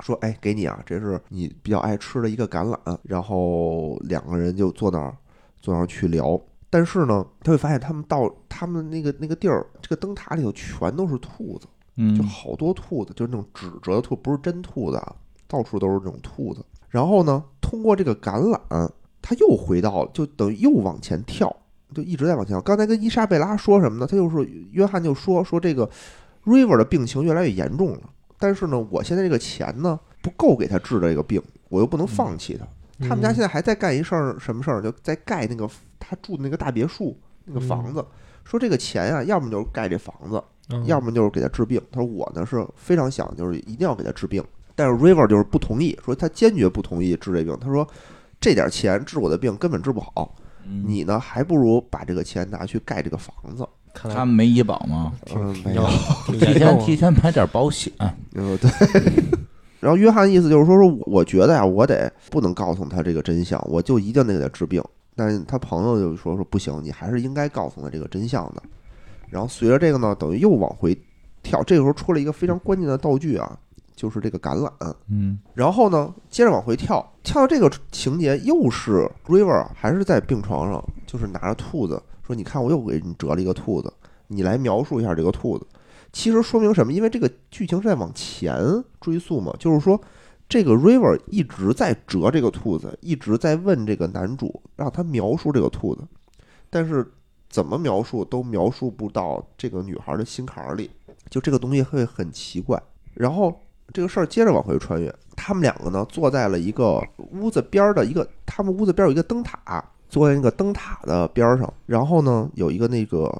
[SPEAKER 4] 说：“哎，给你啊，这是你比较爱吃的一个橄榄。”然后两个人就坐那儿坐那儿去聊。但是呢，他会发现他们到他们那个那个地儿，这个灯塔里头全都是兔子，
[SPEAKER 1] 嗯
[SPEAKER 4] 就好多兔子，就是那种纸折的兔，不是真兔子啊，到处都是那种兔子。然后呢，通过这个橄榄，他又回到，就等于又往前跳，就一直在往前跳。刚才跟伊莎贝拉说什么呢？他就是约翰就说说这个 River 的病情越来越严重了，但是呢，我现在这个钱呢不够给他治这个病，我又不能放弃他。
[SPEAKER 2] 嗯
[SPEAKER 4] 嗯他们家现在还在干一事儿，什么事儿？就在盖那个他住的那个大别墅那个房子。说这个钱啊，要么就是盖这房子，
[SPEAKER 2] 嗯
[SPEAKER 4] 要么就是给他治病。他说我呢是非常想，就是一定要给他治病，但是 River 就是不同意，说他坚决不同意治这病。他说这点钱治我的病根本治不好，
[SPEAKER 1] 嗯
[SPEAKER 4] 你呢还不如把这个钱拿去盖这个房子。
[SPEAKER 2] 看来
[SPEAKER 1] 他们没医保吗？
[SPEAKER 4] 嗯，没
[SPEAKER 2] 挺
[SPEAKER 4] 有，
[SPEAKER 2] 挺
[SPEAKER 1] 提
[SPEAKER 2] 严
[SPEAKER 1] 前
[SPEAKER 2] 重啊
[SPEAKER 1] 提前买点保险，
[SPEAKER 4] 嗯对。然后约翰意思就是说，说我我觉得呀、我得不能告诉他这个真相，我就一定得给他治病。但是他朋友就说说不行，你还是应该告诉他这个真相的。然后随着这个呢，等于又往回跳，这个时候出了一个非常关键的道具啊，就是这个橄榄。
[SPEAKER 1] 嗯
[SPEAKER 4] 然后呢，接着往回跳，跳到这个情节又是 River 还是在病床上，就是拿着兔子说：“你看，我又给你折了一个兔子，你来描述一下这个兔子。”其实说明什么？因为这个剧情是在往前追溯嘛，就是说这个 River 一直在折这个兔子，一直在问这个男主让他描述这个兔子，但是怎么描述都描述不到这个女孩的心坎儿里，就这个东西会很奇怪。然后这个事儿接着往回穿越，他们两个呢坐在了一个屋子边儿的一个，他们屋子边儿有一个灯塔，坐在那个灯塔的边儿上，然后呢有一个那个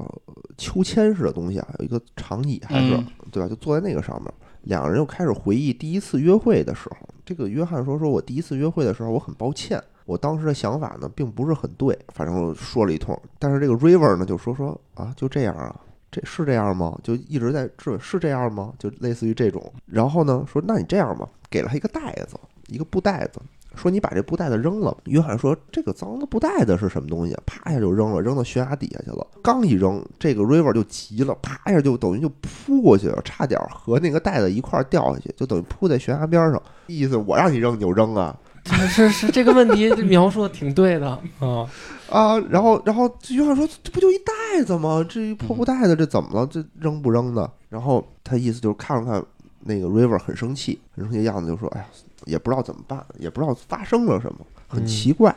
[SPEAKER 4] 秋千似的东西啊，有一个长椅还是、
[SPEAKER 3] 嗯
[SPEAKER 4] 对吧？就坐在那个上面，两个人又开始回忆第一次约会的时候。这个约翰说：“说我第一次约会的时候，我很抱歉，我当时的想法呢并不是很对，反正我说了一通。但是这个 River 呢就说说啊，就这样啊，这是这样吗？就一直在质问是这样吗？就类似于这种。然后呢，说那你这样吧，给了他一个袋子，一个布袋子，说你把这布袋子扔了。约翰说这个脏的布袋子是什么东西啊？啪一下就扔了，扔到悬崖底下去了。刚一扔，这个 River 就急了，啪一下就等于就扑过去了，差点和那个袋子一块儿掉下去，就等于扑在悬崖边上。意思我让你扔你就扔啊，
[SPEAKER 2] 是是是，这个问题描述的挺对的啊。
[SPEAKER 4] 啊，然后然后约翰说：“这不就一袋子吗？这一破布袋子，这怎么了？这扔不扔的？”然后他意思就是看了看那个 River 很生气，很生气的样子，就说：“哎呀，也不知道怎么办，也不知道发生了什么，很
[SPEAKER 2] 嗯
[SPEAKER 4] 奇怪。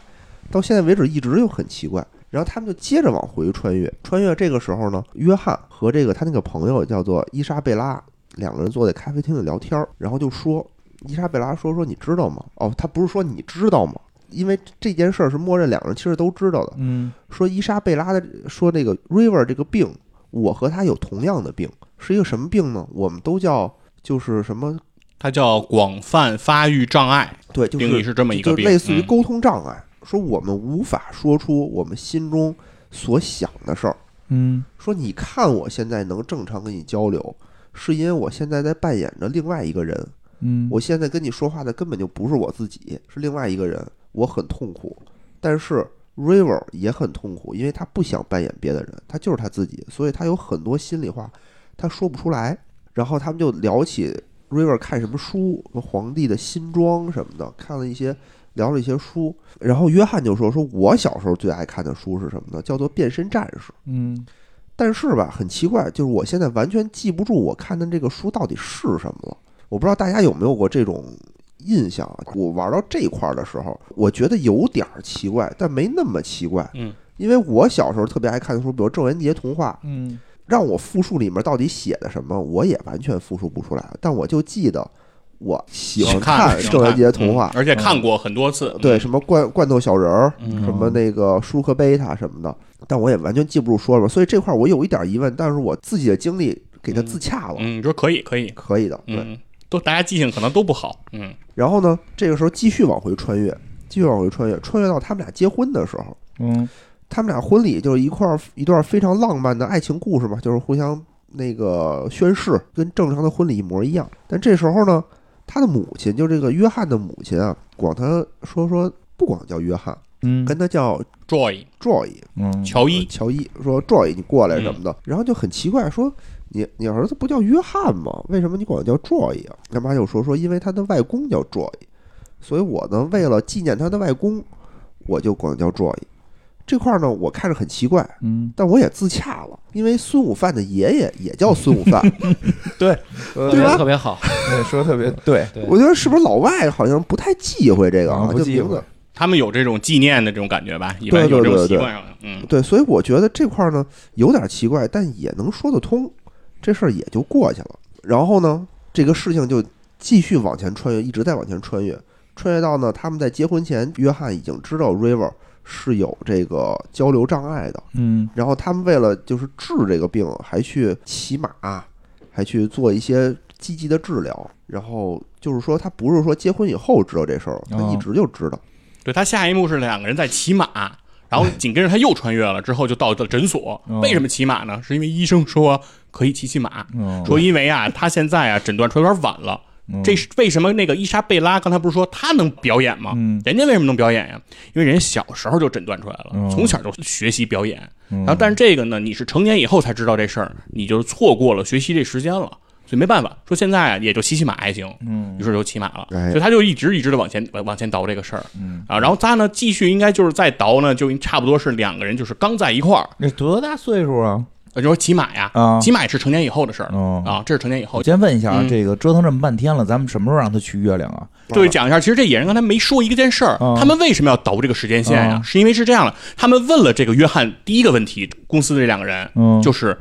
[SPEAKER 4] 到现在为止一直就很奇怪。”然后他们就接着往回穿越，穿越这个时候呢，约翰和这个他那个朋友叫做伊莎贝拉，两个人坐在咖啡厅里聊天儿，然后就说：“伊莎贝拉说说你知道吗？哦，他不是说你知道吗？因为这件事儿是默认两个人其实都知道的。
[SPEAKER 1] 嗯
[SPEAKER 4] 说伊莎贝拉的说那个 River 这个病，我和他有同样的病，是一个什么病呢？我们都叫就是什么
[SPEAKER 3] 它叫广泛发育障碍，
[SPEAKER 4] 对，就
[SPEAKER 3] 定义
[SPEAKER 4] 是
[SPEAKER 3] 是这么一
[SPEAKER 4] 就
[SPEAKER 3] 个病，
[SPEAKER 4] 类似于
[SPEAKER 3] 嗯
[SPEAKER 4] 沟通障碍，说我们无法说出我们心中所想的事儿。
[SPEAKER 2] 嗯
[SPEAKER 4] 说你看我现在能正常跟你交流，是因为我现在在扮演着另外一个人，
[SPEAKER 2] 嗯
[SPEAKER 4] 我现在跟你说话的根本就不是我自己，是另外一个人，我很痛苦。但是 River 也很痛苦，因为他不想扮演别的人，他就是他自己，所以他有很多心里话他说不出来。然后他们就聊起 River 看什么书，什么《皇帝的新装》什么的，看了一些，聊了一些书。然后约翰就说：“说我小时候最爱看的书是什么呢？叫做《变身战士》。”
[SPEAKER 2] 嗯
[SPEAKER 4] 但是吧，很奇怪，就是我现在完全记不住我看的这个书到底是什么了。我不知道大家有没有过这种印象啊？我玩到这一块儿的时候，我觉得有点儿奇怪，但没那么奇怪。
[SPEAKER 3] 嗯，
[SPEAKER 4] 因为我小时候特别爱看的书，比如郑渊洁童话，
[SPEAKER 2] 嗯
[SPEAKER 4] 让我复述里面到底写的什么，我也完全复述不出来。但我就记得我喜欢
[SPEAKER 3] 想看
[SPEAKER 4] 郑渊洁童话嗯
[SPEAKER 3] 嗯，而且看过很多次，
[SPEAKER 4] 对，什么罐罐头小人儿，
[SPEAKER 3] 嗯
[SPEAKER 4] 什么那个舒克贝塔什么的，但我也完全记不住说什么，所以这块儿我有一点疑问，但是我自己的经历给它自洽了，
[SPEAKER 3] 嗯，你说可以，可以，
[SPEAKER 4] 可以的，对。
[SPEAKER 3] 嗯，都大家记性可能都不好，嗯
[SPEAKER 4] 然后呢，这个时候继续往回穿越，继续往回穿越，穿越到他们俩结婚的时候，
[SPEAKER 1] 嗯，
[SPEAKER 4] 他们俩婚礼就是一块儿一段非常浪漫的爱情故事嘛，就是互相那个宣誓，跟正常的婚礼一模一样。但这时候呢，他的母亲，就这个约翰的母亲啊，管他说说不管叫约翰，
[SPEAKER 2] 嗯
[SPEAKER 4] 跟他叫
[SPEAKER 3] ，Joy
[SPEAKER 4] Joy，
[SPEAKER 1] 嗯，
[SPEAKER 3] 乔伊，
[SPEAKER 4] 乔伊说：“Joy，你过来什么的。然后就很奇怪，说：“你你儿子不叫约翰吗？为什么你管他叫 Joy 啊？”他妈就说：“说因为他的外公叫 Joy，所以我呢为了纪念他的外公，我就管他叫 Joy。”这块儿呢，我看着很奇怪，
[SPEAKER 1] 嗯，
[SPEAKER 4] 但我也自洽了，因为孙悟饭的爷爷也叫孙悟 饭，
[SPEAKER 1] 说
[SPEAKER 4] 对
[SPEAKER 1] 得
[SPEAKER 4] 吧
[SPEAKER 2] 特别好，
[SPEAKER 1] 对说得特别对，
[SPEAKER 2] 对
[SPEAKER 4] 我觉得是不是老外好像不太忌讳这个
[SPEAKER 1] 啊
[SPEAKER 4] 啊？
[SPEAKER 1] 不
[SPEAKER 4] 这
[SPEAKER 1] 忌
[SPEAKER 4] 名
[SPEAKER 1] 讳
[SPEAKER 4] 字
[SPEAKER 3] 他们有这种纪念的这种感觉吧，一般有这种习惯上的，嗯
[SPEAKER 4] 对，所以我觉得这块儿呢有点奇怪，但也能说得通，这事儿也就过去了。然后呢，这个事情就继续往前穿越，一直在往前穿越，穿越到呢他们在结婚前，约翰已经知道 River 是有这个交流障碍的，
[SPEAKER 1] 嗯
[SPEAKER 4] 然后他们为了就是治这个病，还去骑马，还去做一些积极的治疗。然后就是说，他不是说结婚以后知道这事儿，他一
[SPEAKER 1] 哦
[SPEAKER 4] 直就知道。
[SPEAKER 3] 对他下一幕是两个人在骑马。然后紧跟着他又穿越了，之后就到了诊所
[SPEAKER 4] 嗯
[SPEAKER 1] 哦。
[SPEAKER 3] 为什么骑马呢？是因为医生说可以骑骑马，
[SPEAKER 1] 嗯，
[SPEAKER 3] 说因为啊，他现在啊诊断出来有点晚了，
[SPEAKER 1] 嗯
[SPEAKER 3] 这是为什么那个伊莎贝拉刚才不是说她能表演吗？
[SPEAKER 1] 嗯
[SPEAKER 3] 人家为什么能表演呀？因为人家小时候就诊断出来了，
[SPEAKER 1] 嗯
[SPEAKER 3] 从小就学习表演。
[SPEAKER 1] 嗯
[SPEAKER 3] 然后，但是这个呢，你是成年以后才知道这事儿，你就错过了学习这时间了，所以没办法。说现在啊，也就骑骑马还行，
[SPEAKER 1] 嗯
[SPEAKER 3] 于是就骑马了。
[SPEAKER 4] 哎
[SPEAKER 3] 所以他就一直一直的往前往往前倒这个事儿
[SPEAKER 1] 嗯，
[SPEAKER 3] 啊。然后他呢，继续应该就是再倒呢，就差不多是两个人就是刚在一块儿，
[SPEAKER 1] 那多大岁数啊？
[SPEAKER 3] 呃就说骑马呀，
[SPEAKER 1] 啊
[SPEAKER 3] 骑马也是成年以后的事儿了
[SPEAKER 1] 哦
[SPEAKER 3] 啊，这是成年以后
[SPEAKER 1] 我。先问一下啊，
[SPEAKER 3] 嗯
[SPEAKER 1] 这个折腾这么半天了，咱们什么时候让他去月亮啊？
[SPEAKER 3] 对，讲一下，其实这野人刚才没说一个件事儿
[SPEAKER 1] 嗯，
[SPEAKER 3] 他们为什么要倒这个时间线呀？是因为是这样的，他们问了这个约翰第一个问题，公司的这两个人
[SPEAKER 1] 嗯，
[SPEAKER 3] 就是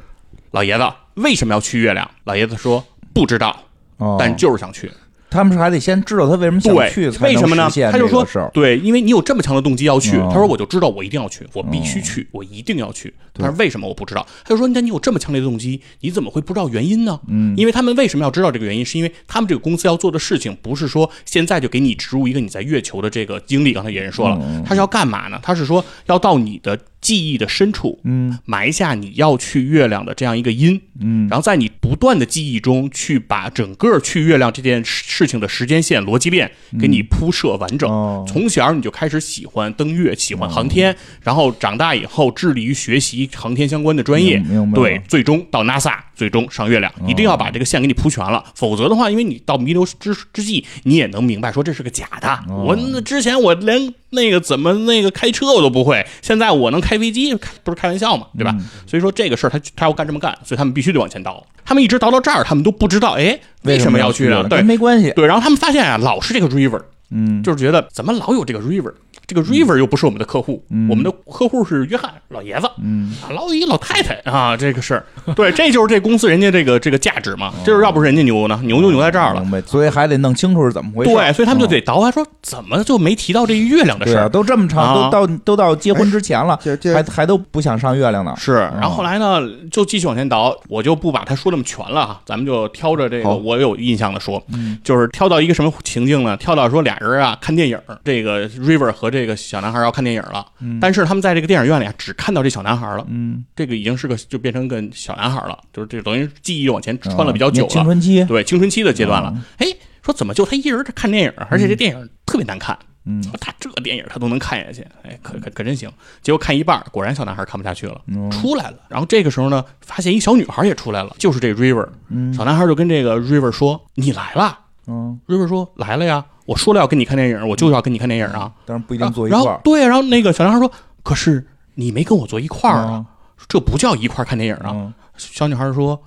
[SPEAKER 3] 老爷子为什么要去月亮？老爷子说不知道，
[SPEAKER 1] 哦
[SPEAKER 3] 但就是想去。
[SPEAKER 1] 他们是还得先知道他为什么想去，
[SPEAKER 3] 对，
[SPEAKER 1] 才能
[SPEAKER 3] 为什么呢
[SPEAKER 1] 实？现
[SPEAKER 3] 他
[SPEAKER 1] 这
[SPEAKER 3] 就
[SPEAKER 1] 个
[SPEAKER 3] 说
[SPEAKER 1] 事儿，
[SPEAKER 3] 对，因为你有这么强的动机要去。
[SPEAKER 1] 嗯
[SPEAKER 3] 他说我就知道我一定要去，我必须去，我一定要去。但是为什么我不知道？他就说那你有这么强烈的动机，你怎么会不知道原因呢？嗯，因为他们为什么要知道这个原因？是因为他们这个公司要做的事情不是说现在就给你植入一个你在月球的这个经历。刚才也人说了，
[SPEAKER 1] 嗯
[SPEAKER 3] 他是要干嘛呢？他是说要到你的记忆的深处，
[SPEAKER 1] 嗯
[SPEAKER 3] 埋下你要去月亮的这样一个因，
[SPEAKER 1] 嗯，
[SPEAKER 3] 然后在你不断的记忆中去把整个去月亮这件事情的时间线、逻辑链给你铺设完整。
[SPEAKER 1] 嗯哦
[SPEAKER 3] 从小你就开始喜欢登月，喜欢航天，然后长大以后致力于学习航天相关的专业
[SPEAKER 1] 明明白，了哦
[SPEAKER 3] 对，最终到 NASA，最终上月亮，一定要把这个线给你铺全了，否则的话，因为你到弥留之之际，你也能明白说这是个假的。
[SPEAKER 1] 哦
[SPEAKER 3] 我那之前我连那个怎么那个开车我都不会，现在我能开飞机，开不是开玩笑
[SPEAKER 1] 嗯
[SPEAKER 3] 嘛，对吧？所以说这个事儿他他要干这么干，所以他们必须得往前倒。他们一直倒到这儿，他们都不知道哎
[SPEAKER 1] 为
[SPEAKER 3] 什么
[SPEAKER 1] 要
[SPEAKER 3] 要去啊
[SPEAKER 1] 月亮
[SPEAKER 3] 呢？对
[SPEAKER 1] 跟，没关系，
[SPEAKER 3] 啊对，然后他们发现啊，老是这个 river，
[SPEAKER 1] 嗯，
[SPEAKER 3] 就是觉得怎么老有这个 River，这个 River 又不是我们的客户，
[SPEAKER 1] 嗯
[SPEAKER 3] 我们的客户是约翰老爷子。
[SPEAKER 1] 嗯
[SPEAKER 3] 啊老一老太太啊，这个事儿，对，这就是这公司人家这个这个价值嘛，
[SPEAKER 1] 哦
[SPEAKER 3] 这就是要不是人家牛呢，牛就牛在这儿了。
[SPEAKER 1] 明白所以还得弄清楚是怎么哦回事。
[SPEAKER 3] 对，所以他们就
[SPEAKER 1] 嗯
[SPEAKER 3] 得倒还啊说，怎么就没提到这月亮的
[SPEAKER 1] 对
[SPEAKER 3] 事
[SPEAKER 1] 啊，
[SPEAKER 3] 儿？
[SPEAKER 1] 都这么
[SPEAKER 3] 啊
[SPEAKER 1] 长，都到都到结婚之前了，
[SPEAKER 4] 这这
[SPEAKER 1] 还还都不想上月亮呢。
[SPEAKER 3] 是，然
[SPEAKER 1] 嗯
[SPEAKER 3] 后后来呢，就继续往前倒，我就不把它说那么全了啊，咱们就挑着这个
[SPEAKER 4] 好
[SPEAKER 3] 我有印象的说，
[SPEAKER 1] 嗯
[SPEAKER 3] 就是挑到一个什么情境呢？挑到说俩人啊看电影儿，这个 River 和这个小男孩要看电影了，
[SPEAKER 1] 嗯
[SPEAKER 3] 但是他们在这个电影院里啊只看到这小男孩了，
[SPEAKER 1] 嗯，
[SPEAKER 3] 这个已经是个就变成个小男孩了，就是这等于记忆就往前穿了比较久
[SPEAKER 1] 啊青
[SPEAKER 3] 了，
[SPEAKER 1] 春期，嗯
[SPEAKER 3] 对青春期的阶段了。哎，说怎么就他一人看电影儿，啊而且这电影儿特别难看。
[SPEAKER 1] 嗯
[SPEAKER 3] 说他这电影他都能看下去，哎，可可可真行。结果看一半儿，果然小男孩看不下去了，
[SPEAKER 1] 嗯
[SPEAKER 3] 出来了。然后这个时候呢，发现一小女孩也出来了，就是这 River。
[SPEAKER 1] 嗯
[SPEAKER 3] 小男孩就跟这个 River 说：“你来了。
[SPEAKER 1] 嗯，
[SPEAKER 3] ”River 说：“来了呀，我说了要跟你看电影，我就要跟你看电影啊。
[SPEAKER 1] 但是嗯不一
[SPEAKER 3] 然
[SPEAKER 1] 定
[SPEAKER 3] 后
[SPEAKER 1] 坐一
[SPEAKER 3] 然
[SPEAKER 1] 块
[SPEAKER 3] 后
[SPEAKER 1] 儿。
[SPEAKER 3] 对，然后那个小男孩说：“可是你没跟我坐一块儿啊，
[SPEAKER 1] 嗯
[SPEAKER 3] 这不叫一块儿看电影啊。
[SPEAKER 1] 嗯
[SPEAKER 3] 小女孩说：“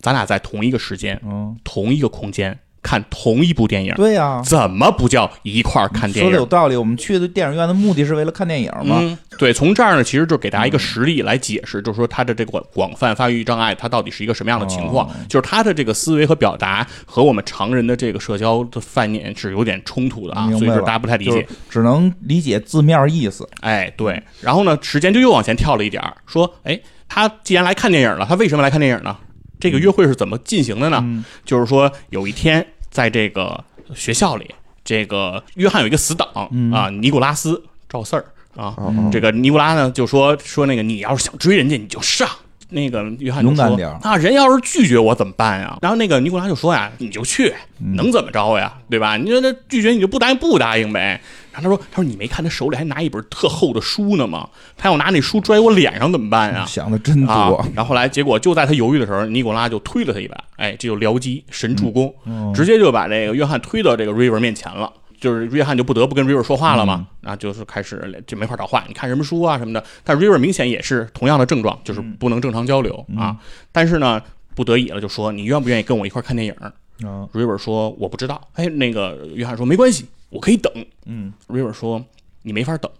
[SPEAKER 3] 咱俩在同一个时间、
[SPEAKER 1] 嗯，
[SPEAKER 3] 同一个空间看同一部电影，
[SPEAKER 1] 对啊呀，
[SPEAKER 3] 怎么不叫一块儿看电
[SPEAKER 1] 说
[SPEAKER 3] 影
[SPEAKER 1] 的有？”道理。我们去的电影院的目的是为了看电影嘛。
[SPEAKER 3] 嗯，对，从这儿呢，其实就给大家一个实例来解释，就是说他的这个广广泛发育障碍，它到底是一个什么样的情况？
[SPEAKER 1] 哦
[SPEAKER 3] 就是他的这个思维和表达和我们常人的这个社交的概念是有点冲突的啊，
[SPEAKER 1] 明
[SPEAKER 3] 所以
[SPEAKER 1] 白
[SPEAKER 3] 说
[SPEAKER 1] 了，
[SPEAKER 3] 大家不太理
[SPEAKER 1] 就
[SPEAKER 3] 解
[SPEAKER 1] 是。只能理解字面意思。
[SPEAKER 3] 哎，对，然后呢，时间就又往前跳了一点儿，说，哎，他既然来看电影了，他为什么来看电影呢？这个约会是怎么进行的呢？
[SPEAKER 1] 嗯
[SPEAKER 3] 就是说，有一天在这个学校里，这个约翰有一个死党、啊，尼古拉斯赵四儿啊，
[SPEAKER 4] 哦哦
[SPEAKER 3] 这个尼古拉呢就说说那个你要是想追人家，你就上。那个约翰就
[SPEAKER 1] 勇敢
[SPEAKER 3] 说
[SPEAKER 1] 点儿
[SPEAKER 3] 啊，人要是拒绝我怎么办呀？然后那个尼古拉就说呀，你就去，
[SPEAKER 1] 嗯
[SPEAKER 3] 能怎么着呀？对吧？你说那拒绝你就不答应不答应呗。然后他说，他说你没看他手里还拿一本特厚的书呢吗？他要拿那书拽我脸上怎么办呀？
[SPEAKER 1] 想的真
[SPEAKER 3] 啊
[SPEAKER 1] 多，！
[SPEAKER 3] 然后后来结果就在他犹豫的时候，尼古拉就推了他一把，哎，这就僚机神助攻，
[SPEAKER 1] 嗯
[SPEAKER 3] 直接就把这个约翰推到这个 River 面前了。就是约翰就不得不跟 River 说话了嘛，
[SPEAKER 1] 嗯
[SPEAKER 3] 然后就是开始就没法找话，你看什么书啊什么的。但 River 明显也是同样的症状，就是
[SPEAKER 1] 嗯
[SPEAKER 3] 不能正常交流啊。但是呢，不得已了，就说你愿不愿意跟我一块儿看电影
[SPEAKER 1] 嗯
[SPEAKER 3] ？River 说我不知道。哎，那个约翰说没关系，我可以等。
[SPEAKER 1] 嗯
[SPEAKER 3] River 说：“你没法等，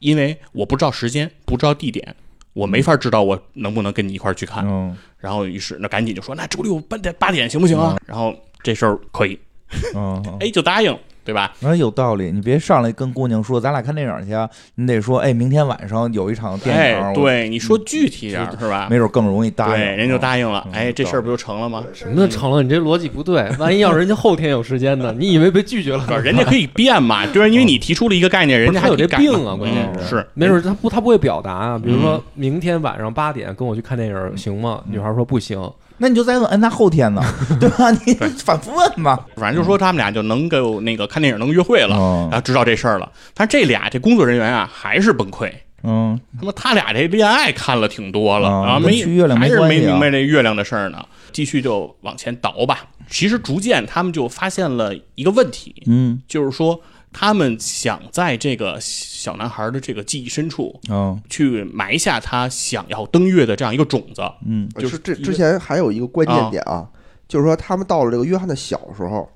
[SPEAKER 3] 因为我不知道时间，不知道地点，我没法知道我能不能跟你一块儿去看。
[SPEAKER 1] 嗯
[SPEAKER 3] 然后于是那赶紧就说：“那周六八点八点行不行啊？”然后这时候可以，
[SPEAKER 1] 嗯，嗯
[SPEAKER 3] 哎，就答应，对吧？
[SPEAKER 1] 那有道理，你别上来跟姑娘说咱俩看电影去啊，你得说哎，明天晚上有一场电影，
[SPEAKER 3] 哎，
[SPEAKER 1] 我，嗯
[SPEAKER 3] 对，你说具体点儿是吧？
[SPEAKER 1] 没准更容易答应。
[SPEAKER 3] 对，人就答应了。
[SPEAKER 1] 嗯
[SPEAKER 3] 哎，这事儿不就成了吗？
[SPEAKER 2] 什么成了？你这逻辑不对。万一要是人家后天有时间呢？你以为被拒绝了
[SPEAKER 3] 不？是人家可以 变嘛，就是因为你提出了一个概念，人家
[SPEAKER 2] 他
[SPEAKER 3] 还
[SPEAKER 2] 有
[SPEAKER 3] 可以
[SPEAKER 2] 这
[SPEAKER 3] 改
[SPEAKER 2] 病
[SPEAKER 3] 嘛
[SPEAKER 2] 啊，关键
[SPEAKER 3] 嗯
[SPEAKER 2] 是
[SPEAKER 3] 是
[SPEAKER 2] 没准他不他不会表达啊。比如说明天晚上八点跟我去看电影行吗？女孩说不行，
[SPEAKER 1] 那你就再问，哎，那后天呢？ 对吧？你反复问嘛。
[SPEAKER 3] 反正就说他们俩就能够那个看电影能约会了，啊
[SPEAKER 1] 嗯
[SPEAKER 3] 然后知道这事儿了。但这俩这工作人员啊，还是崩溃。
[SPEAKER 1] 嗯，
[SPEAKER 3] 他妈，他俩这恋爱看了挺多了
[SPEAKER 1] 啊
[SPEAKER 3] 啊，
[SPEAKER 1] 跟
[SPEAKER 3] 没
[SPEAKER 1] 去月亮
[SPEAKER 3] 还
[SPEAKER 1] 没
[SPEAKER 3] 是
[SPEAKER 1] 关
[SPEAKER 3] 没
[SPEAKER 1] 系啊
[SPEAKER 3] 明白这月亮的事儿呢。继续就往前倒吧。其实逐渐他们就发现了一个问题，
[SPEAKER 1] 嗯
[SPEAKER 3] 就是说他们想在这个小男孩的这个记忆深处
[SPEAKER 1] 嗯
[SPEAKER 3] 去埋下他想要登月的这样一个种子。
[SPEAKER 1] 嗯
[SPEAKER 3] 就
[SPEAKER 4] 就是是这
[SPEAKER 3] 一个
[SPEAKER 4] 之前还有一个关
[SPEAKER 3] 啊
[SPEAKER 4] 键点啊，就是说他们到了这个约翰的小时候，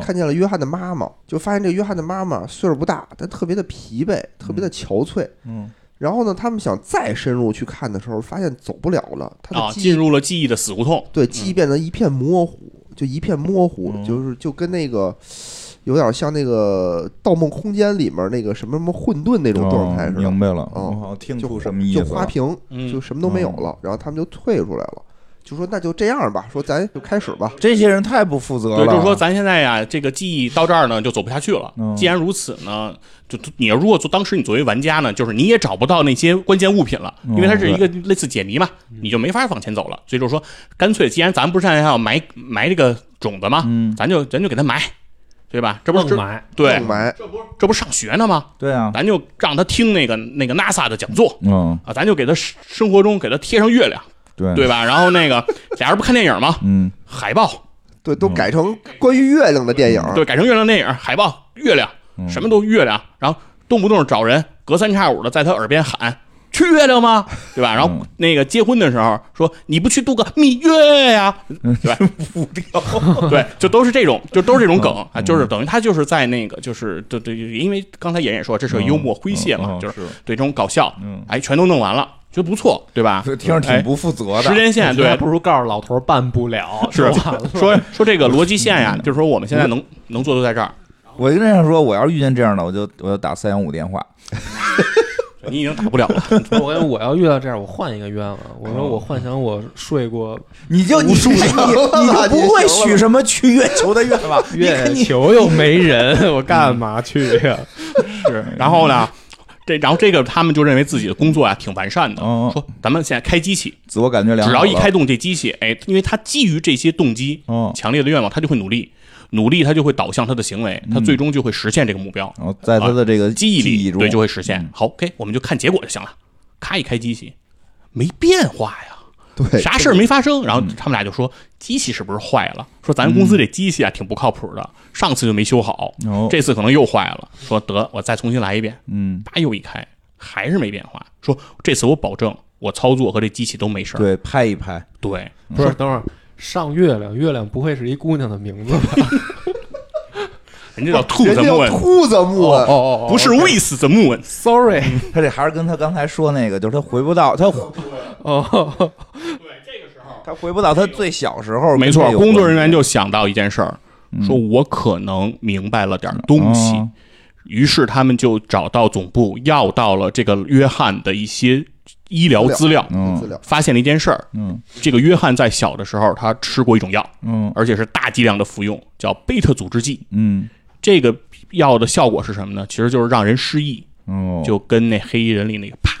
[SPEAKER 1] 嗯
[SPEAKER 4] 看见了约翰的妈妈，就发现这约翰的妈妈岁数不大，但特别的疲惫，特别的憔悴。
[SPEAKER 1] 嗯
[SPEAKER 4] 然后呢，他们想再深入去看的时候，发现走不了了，他
[SPEAKER 3] 啊，
[SPEAKER 4] 的记忆、
[SPEAKER 3] 进入了嗯记忆的死胡同。
[SPEAKER 4] 对记忆变得一片模糊，就一片模糊，
[SPEAKER 1] 嗯
[SPEAKER 4] 就是就跟那个有点像那个《盗梦空间》里面那个什么什么混沌那种状态
[SPEAKER 1] 哦
[SPEAKER 4] 似的，
[SPEAKER 1] 明白了，
[SPEAKER 4] 嗯
[SPEAKER 1] 我好像听
[SPEAKER 4] 就
[SPEAKER 1] 出什么意
[SPEAKER 4] 就
[SPEAKER 1] 思
[SPEAKER 4] 花
[SPEAKER 1] 了。
[SPEAKER 4] 瓶，
[SPEAKER 3] 嗯
[SPEAKER 4] 就什么都没有了。然后他们就退出来了，就说那就这样吧，说咱就开始吧。
[SPEAKER 1] 这些人太不负责了。
[SPEAKER 3] 对，就是说，咱现在呀，这个记忆到这儿呢，就走不下去了。
[SPEAKER 1] 嗯
[SPEAKER 3] 既然如此呢，就你如果做当时你作为玩家呢，就是你也找不到那些关键物品了，因为它是
[SPEAKER 1] 嗯
[SPEAKER 3] 一个类似解谜嘛，你就没法往前走了。所以就是说，干脆既然咱不是现在要埋埋这个种子嘛，
[SPEAKER 1] 嗯，
[SPEAKER 3] 咱就咱就给它埋，对吧？这不是
[SPEAKER 2] 愣
[SPEAKER 3] 这
[SPEAKER 2] 埋。
[SPEAKER 3] 对
[SPEAKER 4] 雾，霾，
[SPEAKER 3] 这不上学呢吗？
[SPEAKER 1] 对啊，
[SPEAKER 3] 咱就让他听那个那个 NASA 的讲座
[SPEAKER 1] 嗯，
[SPEAKER 3] 啊，咱就给他生生活中给他贴上月亮，
[SPEAKER 1] 对
[SPEAKER 3] 对，吧？然后那个 俩人不看电影吗？
[SPEAKER 1] 嗯
[SPEAKER 3] 海报
[SPEAKER 4] 对，都
[SPEAKER 1] 嗯
[SPEAKER 4] 改成关于月亮的电影。
[SPEAKER 3] 对，改成月亮电影，海报月亮。
[SPEAKER 1] 嗯
[SPEAKER 3] 什么都月亮，然后动不动找人，隔三差五的在他耳边喊去月亮吗？对 吧？然后
[SPEAKER 1] 嗯
[SPEAKER 3] 那个结婚的时候说你不去度个蜜月呀、对吧？ 对，就都是这种，就都是这种梗
[SPEAKER 1] 嗯
[SPEAKER 3] 啊，就是等于他就是在那个，就是对对，因为刚才妍也说这是个幽默诙谐嘛，
[SPEAKER 1] 嗯嗯
[SPEAKER 3] 就是
[SPEAKER 1] 是
[SPEAKER 3] 对这种搞笑，
[SPEAKER 1] 嗯，
[SPEAKER 3] 哎，全都弄完了，觉得不错，对吧？
[SPEAKER 1] 这听着挺
[SPEAKER 3] 哎
[SPEAKER 1] 不负责的。
[SPEAKER 3] 时间 线对
[SPEAKER 2] 还不如告诉老头儿办不了，
[SPEAKER 3] 是
[SPEAKER 2] 就完了。
[SPEAKER 3] 说说这个逻辑线呀，就是说我们现在能能做都在这儿，
[SPEAKER 1] 我跟人家说，我要是遇见这样的，我就我就打三幺五电话。
[SPEAKER 3] 你已经打不了了。
[SPEAKER 2] 我跟哎我要遇到这样，我换一个冤枉。我
[SPEAKER 3] 哦
[SPEAKER 2] 说我幻想我睡 过？
[SPEAKER 1] 你就你你你就不会许什么去月球的愿望
[SPEAKER 2] 月球又没 人，我干嘛去呀？
[SPEAKER 3] 是，然后呢，这然后这个他们就认为自己的工作啊挺完善的，
[SPEAKER 1] 嗯，
[SPEAKER 3] 说咱们现在开机器，
[SPEAKER 1] 自我感觉良好
[SPEAKER 3] 只
[SPEAKER 1] 了。
[SPEAKER 3] 要一开动这机器，哎，因为他基于这些动机，
[SPEAKER 1] 嗯，
[SPEAKER 3] 强烈的愿望，他就会努力，努力他就会导向他的行为，
[SPEAKER 1] 嗯
[SPEAKER 3] 他最终就会实现这个目标。
[SPEAKER 1] 然后在他的这个
[SPEAKER 3] 啊记忆力
[SPEAKER 1] 中，
[SPEAKER 3] 对就会实现
[SPEAKER 1] 嗯。
[SPEAKER 3] 好，OK，我们就看结果就行了。咔一开机器，没变化呀，
[SPEAKER 4] 对，
[SPEAKER 3] 啥事儿没发生。
[SPEAKER 1] 嗯
[SPEAKER 3] 然后他们俩就说机器是不是坏了？说咱公司这机器啊挺不靠谱的，上次就没修好，
[SPEAKER 1] 哦
[SPEAKER 3] 这次可能又坏了。说得我再重新来一遍，
[SPEAKER 1] 嗯，
[SPEAKER 3] 叭又一开，还是没变化。说这次我保证。我操作和这机器都没事儿，
[SPEAKER 1] 对，拍一拍，
[SPEAKER 3] 对，
[SPEAKER 2] 不是，等会儿上月亮，月亮不会是一姑娘的名字吧？
[SPEAKER 3] 人家叫兔
[SPEAKER 4] 人
[SPEAKER 3] 子
[SPEAKER 4] 家
[SPEAKER 3] 木
[SPEAKER 4] 叫
[SPEAKER 3] 问，
[SPEAKER 4] 兔子木
[SPEAKER 2] 哦
[SPEAKER 4] 纹，
[SPEAKER 2] 哦
[SPEAKER 3] 不是 with 子木问，
[SPEAKER 2] ，sorry，
[SPEAKER 1] 他这还是跟他刚才说那个，就是他回不到他
[SPEAKER 2] 哦，
[SPEAKER 1] 他回不到他最小时候。
[SPEAKER 3] 没
[SPEAKER 1] 哦
[SPEAKER 3] 错，
[SPEAKER 1] 跟这个
[SPEAKER 3] 工作人员就想到一件事儿，说我可能明白了点儿东西，
[SPEAKER 1] 嗯
[SPEAKER 3] 于是他们就找到总部要到了这个约翰的一些医疗资料，
[SPEAKER 1] 嗯
[SPEAKER 4] 资料
[SPEAKER 3] 发现了一件事儿，
[SPEAKER 1] 嗯
[SPEAKER 3] 这个约翰在小的时候他吃过一种药，
[SPEAKER 1] 嗯
[SPEAKER 3] 而且是大剂量的服用，叫贝塔阻滞剂。
[SPEAKER 1] 嗯
[SPEAKER 3] 这个药的效果是什么呢？其实就是让人失忆，
[SPEAKER 1] 哦，
[SPEAKER 3] 就跟那黑衣人里那个啪，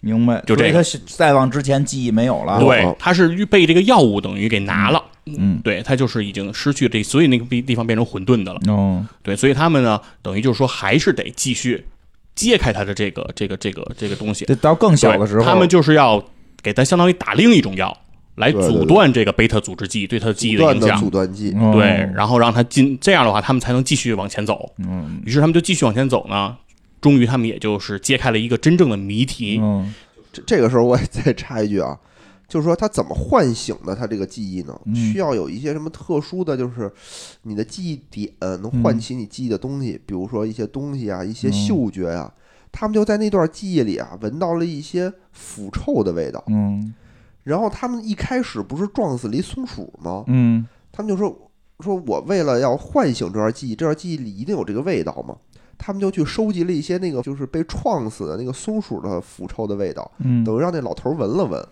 [SPEAKER 1] 明白。
[SPEAKER 3] 就这个
[SPEAKER 1] 所以他是再往之前记忆没有了。
[SPEAKER 3] 对，他是被这个药物等于给拿了，
[SPEAKER 1] 哦嗯
[SPEAKER 3] 对他就是已经失去这，所以那个地地方变成混沌的了。
[SPEAKER 1] 哦，
[SPEAKER 3] 对，所以他们呢，等于就是说还是得继续揭开他的这个这个这个这个东西。
[SPEAKER 1] 这到更小的时候，
[SPEAKER 3] 对他们就是要给他相当于打另一种药，来
[SPEAKER 4] 对对对
[SPEAKER 3] 阻断这个贝塔阻滞剂对他的记忆
[SPEAKER 4] 不断
[SPEAKER 3] 影
[SPEAKER 4] 的
[SPEAKER 3] 响
[SPEAKER 4] 阻。断剂，
[SPEAKER 1] 哦
[SPEAKER 3] 对，然后让他进，这样的话他们才能继续往前走。
[SPEAKER 1] 嗯
[SPEAKER 3] 于是他们就继续往前走呢，终于他们也就是揭开了一个真正的谜题。
[SPEAKER 1] 嗯
[SPEAKER 4] 这这个时候我也 再插一句啊，就是说他怎么唤醒的他这个记忆呢？
[SPEAKER 1] 嗯
[SPEAKER 4] 需要有一些什么特殊的，就是你的记忆点能
[SPEAKER 1] 嗯
[SPEAKER 4] 唤起你记忆的东西，比如说一些东西啊，一些嗅觉啊。他们就在那段记忆里啊，闻到了一些腐臭的味道。
[SPEAKER 1] 嗯
[SPEAKER 4] 然后他们一开始不是撞死了一松鼠吗？
[SPEAKER 1] 嗯
[SPEAKER 4] 他们就说说我为了要唤醒这段记忆，这段记忆里一定有这个味道嘛。他们就去收集了一些那个就是被撞死的那个松鼠的腐臭的味道，
[SPEAKER 1] 嗯，
[SPEAKER 4] 等于让那老头闻了闻，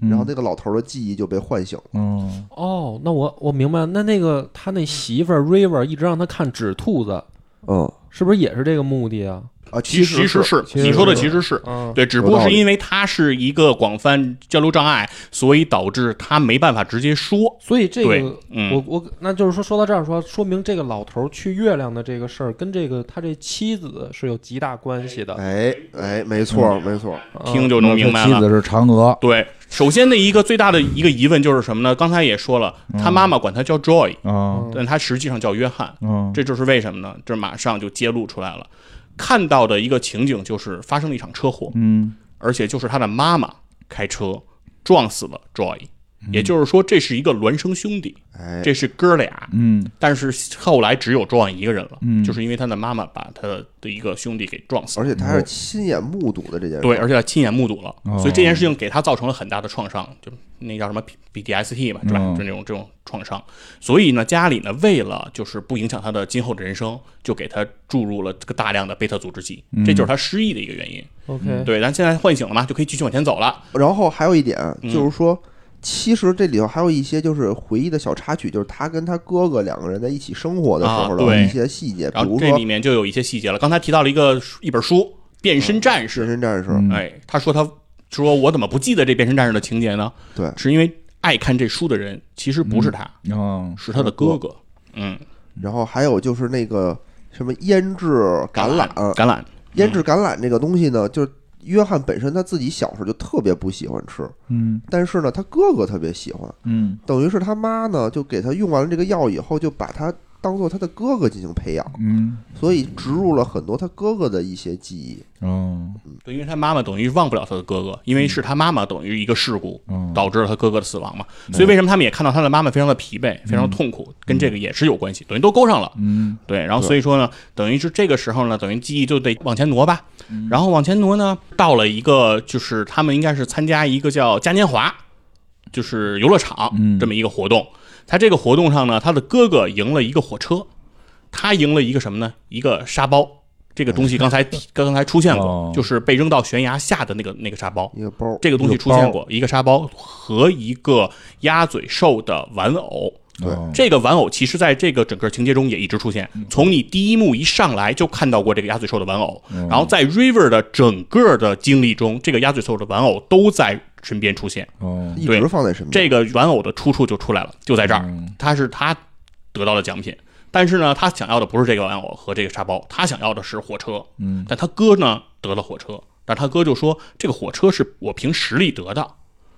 [SPEAKER 1] 嗯
[SPEAKER 4] 然后那个老头的记忆就被唤醒了。
[SPEAKER 1] 嗯
[SPEAKER 2] 哦，那我我明白了，那那个他那媳妇儿 River 一直让他看纸兔子，
[SPEAKER 4] 嗯
[SPEAKER 2] 是不是也是这个目的啊？
[SPEAKER 4] 啊，
[SPEAKER 3] 其
[SPEAKER 4] 实是
[SPEAKER 3] 实是
[SPEAKER 2] 其实是
[SPEAKER 3] 你说的，其实是
[SPEAKER 1] 啊
[SPEAKER 2] 嗯，
[SPEAKER 3] 对，只不过是因为他是一个广泛交流障碍，所以导致他没办法直接说。
[SPEAKER 2] 所以这
[SPEAKER 3] 对
[SPEAKER 2] 个，
[SPEAKER 3] 嗯
[SPEAKER 2] 我我那就是说，说到这儿说，说明这个老头儿去月亮的这个事儿，跟这个他这妻子是有极大关系的。
[SPEAKER 4] 哎哎，没错没错，
[SPEAKER 2] 嗯
[SPEAKER 3] 哎听就能明白了
[SPEAKER 1] 啊他妻。子是嫦娥，
[SPEAKER 3] 对，首先的一个最大的一个疑问就是什么呢？刚才也说了，他妈妈管他叫 Joy，、
[SPEAKER 1] 嗯
[SPEAKER 3] 但他实际上叫约翰，
[SPEAKER 1] 嗯
[SPEAKER 3] 这就是为什么呢？这马上就揭露出来了。看到的一个情景就是发生了一场车祸，
[SPEAKER 1] 嗯
[SPEAKER 3] 而且就是他的妈妈开车撞死了 Joy，也
[SPEAKER 1] 嗯
[SPEAKER 3] 就是说这是一个孪生兄弟，
[SPEAKER 4] 哎，
[SPEAKER 3] 这是哥俩。
[SPEAKER 1] 嗯
[SPEAKER 3] 但是后来只有 Joy 一个人了，
[SPEAKER 1] 嗯
[SPEAKER 3] 就是因为他的妈妈把他的一个兄弟给撞死了。
[SPEAKER 4] 而且
[SPEAKER 1] 嗯
[SPEAKER 4] 他还是亲眼目睹的这件事，
[SPEAKER 3] 对，，而且他亲眼目睹了，
[SPEAKER 1] 哦
[SPEAKER 3] 所以这件事情给他造成了很大的创伤，就那叫什么 P- PTSD 吧，是吧？
[SPEAKER 1] 嗯
[SPEAKER 3] 就那种这种创伤。所以呢，家里呢为了就是不影响他的今后的人生，就给他注入了这个大量的贝塔阻滞剂，这就是他失忆的一个原因。
[SPEAKER 2] 哦 OK，
[SPEAKER 3] 对，咱现在唤醒了嘛，就可以继续往前走了。
[SPEAKER 4] 然后还有一点啊
[SPEAKER 3] 嗯
[SPEAKER 4] 就是说，其实这里头还有一些就是回忆的小插曲，就是他跟他哥哥两个人在一起生活的时候
[SPEAKER 3] 啊
[SPEAKER 4] 的
[SPEAKER 3] 对
[SPEAKER 4] 一些细节，比
[SPEAKER 3] 然后
[SPEAKER 4] 如
[SPEAKER 3] 这
[SPEAKER 4] 说
[SPEAKER 3] 里面就有一些细节了。刚才提到了一个书一本书《变身战
[SPEAKER 4] 健
[SPEAKER 3] 士》
[SPEAKER 4] 身战士，
[SPEAKER 1] 嗯
[SPEAKER 3] 哎，他说他说我怎么不记得这变身战士的情节呢？
[SPEAKER 4] 对
[SPEAKER 3] 是因为爱看这书的人其实不是他，
[SPEAKER 1] 嗯
[SPEAKER 3] 是他的哥哥。嗯，
[SPEAKER 4] 然后还有就是那个什么腌制橄榄，
[SPEAKER 3] 橄嗯榄，
[SPEAKER 4] 腌制橄榄这个东西呢，就是约翰本身他自己小时候就特别不喜欢吃，
[SPEAKER 1] 嗯
[SPEAKER 4] 但是呢，他哥哥特别喜欢，
[SPEAKER 1] 嗯
[SPEAKER 4] 等于是他妈呢就给他用完了这个药以后，就把他当做他的哥哥进行培养，
[SPEAKER 1] 嗯，
[SPEAKER 4] 所以植入了很多他哥哥的一些记忆。
[SPEAKER 1] 哦，
[SPEAKER 3] 对，因为他妈妈等于忘不了他的哥哥，因为是他妈妈等于一个事故
[SPEAKER 1] 嗯
[SPEAKER 3] 导致了他哥哥的死亡嘛，所以为什么他们也看到他的妈妈非常的疲惫，非常痛苦，跟这个也是有关系，等于都勾上了。
[SPEAKER 1] 嗯，
[SPEAKER 3] 对，然后所以说呢，等于是这个时候呢，等于记忆就得往前挪吧，然后往前挪呢，到了一个就是他们应该是参加一个叫嘉年华，就是游乐场
[SPEAKER 1] 嗯
[SPEAKER 3] 这么一个活动。在这个活动上呢，他的哥哥赢了一个火车，他赢了一个什么呢？一个沙包。这个东西刚才刚才出现过
[SPEAKER 1] 哦，
[SPEAKER 3] 就是被扔到悬崖下的那个那个沙包。
[SPEAKER 4] 一个包儿，
[SPEAKER 3] 这个东西出现过，一个沙包和一个鸭嘴兽的玩偶。
[SPEAKER 1] 对，
[SPEAKER 3] 这个玩偶其实在这个整个情节中也一直出现，从你第一幕一上来就看到过这个鸭嘴兽的玩偶，
[SPEAKER 1] 嗯
[SPEAKER 3] 然后在 River 的整个的经历中，这个鸭嘴兽的玩偶都在身边出现。
[SPEAKER 1] 哦，
[SPEAKER 4] 一
[SPEAKER 3] 对
[SPEAKER 4] 直放在身边。
[SPEAKER 3] 这个玩偶的出处就出来了，就在这
[SPEAKER 1] 嗯
[SPEAKER 3] 儿，他是他得到的奖品。但是呢，他想要的不是这个玩偶和这个沙包，他想要的是火车。
[SPEAKER 1] 嗯，
[SPEAKER 3] 但他哥呢得了火车，但他哥就说这个火车是我凭实力得的，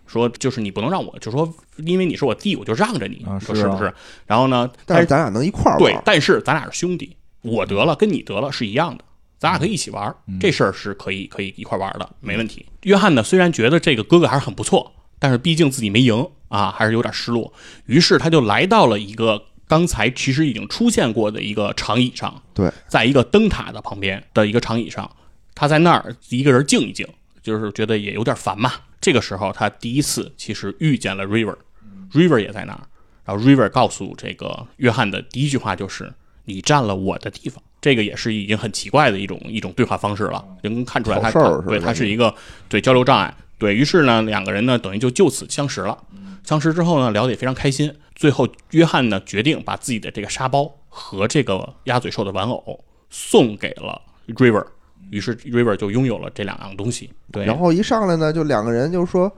[SPEAKER 3] 说就是你不能让我，就说因为你是我弟，我就让着你，
[SPEAKER 1] 啊
[SPEAKER 3] 你说
[SPEAKER 1] 是
[SPEAKER 3] 是
[SPEAKER 1] 啊
[SPEAKER 3] 不是？然后呢，
[SPEAKER 4] 但是
[SPEAKER 3] 是
[SPEAKER 4] 咱俩能一块儿玩
[SPEAKER 3] 对
[SPEAKER 4] 儿，，
[SPEAKER 3] 但是咱俩是兄弟，我得了跟你得了是一样的，咱俩可以一起玩儿，
[SPEAKER 4] 嗯
[SPEAKER 3] 这事儿是可以可以一块儿玩儿的，没问题。约翰呢，虽然觉得这个哥哥还是很不错，但是毕竟自己没赢啊，还是有点失落。于是他就来到了一个刚才其实已经出现过的一个长椅上，
[SPEAKER 4] 对，
[SPEAKER 3] 在一个灯塔的旁边的一个长椅上，他在那儿一个人静一静，就是觉得也有点烦嘛。这个时候，他第一次其实遇见了 River，River 也在那儿。然后 River 告诉这个约翰的第一句话就是：“你占了我的地方。”这个也是已经很奇怪的一种一种对话方式了，就能看出来他
[SPEAKER 4] 挑事儿
[SPEAKER 3] 他
[SPEAKER 4] 是
[SPEAKER 3] 对
[SPEAKER 4] 吧
[SPEAKER 3] 他是一个对交流障碍。对于是呢，两个人呢等于就就此相识了。相识之后呢，聊得也非常开心。最后，约翰呢决定把自己的这个沙包和这个鸭嘴兽的玩偶送给了 River，于是 River 就拥有了这两样东西。对，
[SPEAKER 4] 然后一上来呢，就两个人就说。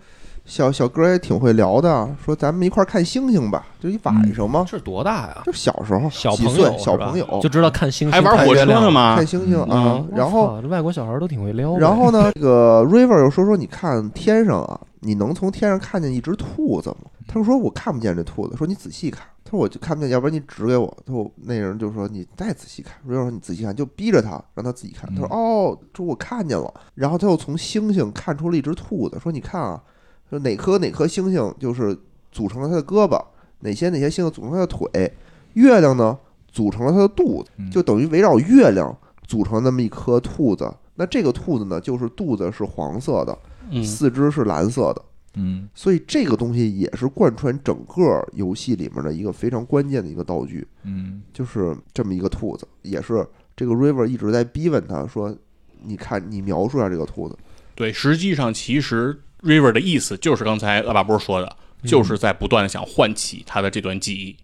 [SPEAKER 4] 小小哥也挺会聊的，说咱们一块儿看星星吧，就一晚上
[SPEAKER 3] 嗯
[SPEAKER 4] 嘛，
[SPEAKER 2] 这是多大呀？
[SPEAKER 4] 就小时候，
[SPEAKER 2] 小
[SPEAKER 4] 几
[SPEAKER 2] 朋
[SPEAKER 4] 岁
[SPEAKER 2] 友，
[SPEAKER 4] 小
[SPEAKER 2] 是吧
[SPEAKER 4] 朋友
[SPEAKER 2] 就知道看星星、
[SPEAKER 3] 还玩
[SPEAKER 2] 看
[SPEAKER 3] 火
[SPEAKER 2] 月
[SPEAKER 3] 车
[SPEAKER 2] 亮
[SPEAKER 3] 呢？吗
[SPEAKER 4] 看？星星啊
[SPEAKER 1] 嗯，
[SPEAKER 4] 然后
[SPEAKER 2] 我操这外国小孩都挺会撩呗。
[SPEAKER 4] 然后呢，这个 River 又说说，你看天上啊，你能从天上看见一只兔子吗？他们说我看不见这兔子，说你仔细看。他说我就看不见，要不然你指给我。他说我那人就说你再仔细看。River 说你仔细看，就逼着他让他仔细看。他说哦，这我看见了。然后他又从星星看出了一只兔子，说你看啊，说哪颗哪颗星星就是组成了他的胳膊，哪些哪些星星组成了他的腿，月亮呢组成了他的肚子
[SPEAKER 1] 嗯，
[SPEAKER 4] 就等于围绕月亮组成那么一颗兔子。那这个兔子呢，就是肚子是黄色的，
[SPEAKER 3] 嗯，
[SPEAKER 4] 四肢是蓝色的，
[SPEAKER 1] 嗯，
[SPEAKER 4] 所以这个东西也是贯穿整个游戏里面的一个非常关键的一个道具，
[SPEAKER 1] 嗯，
[SPEAKER 4] 就是这么一个兔子，也是这个 River 一直在逼问他说：“你看，你描述一下这个兔子。
[SPEAKER 3] 对，实际上其实 River 的意思就是刚才恶霸波说的，就是在不断的想唤起他的这段记忆。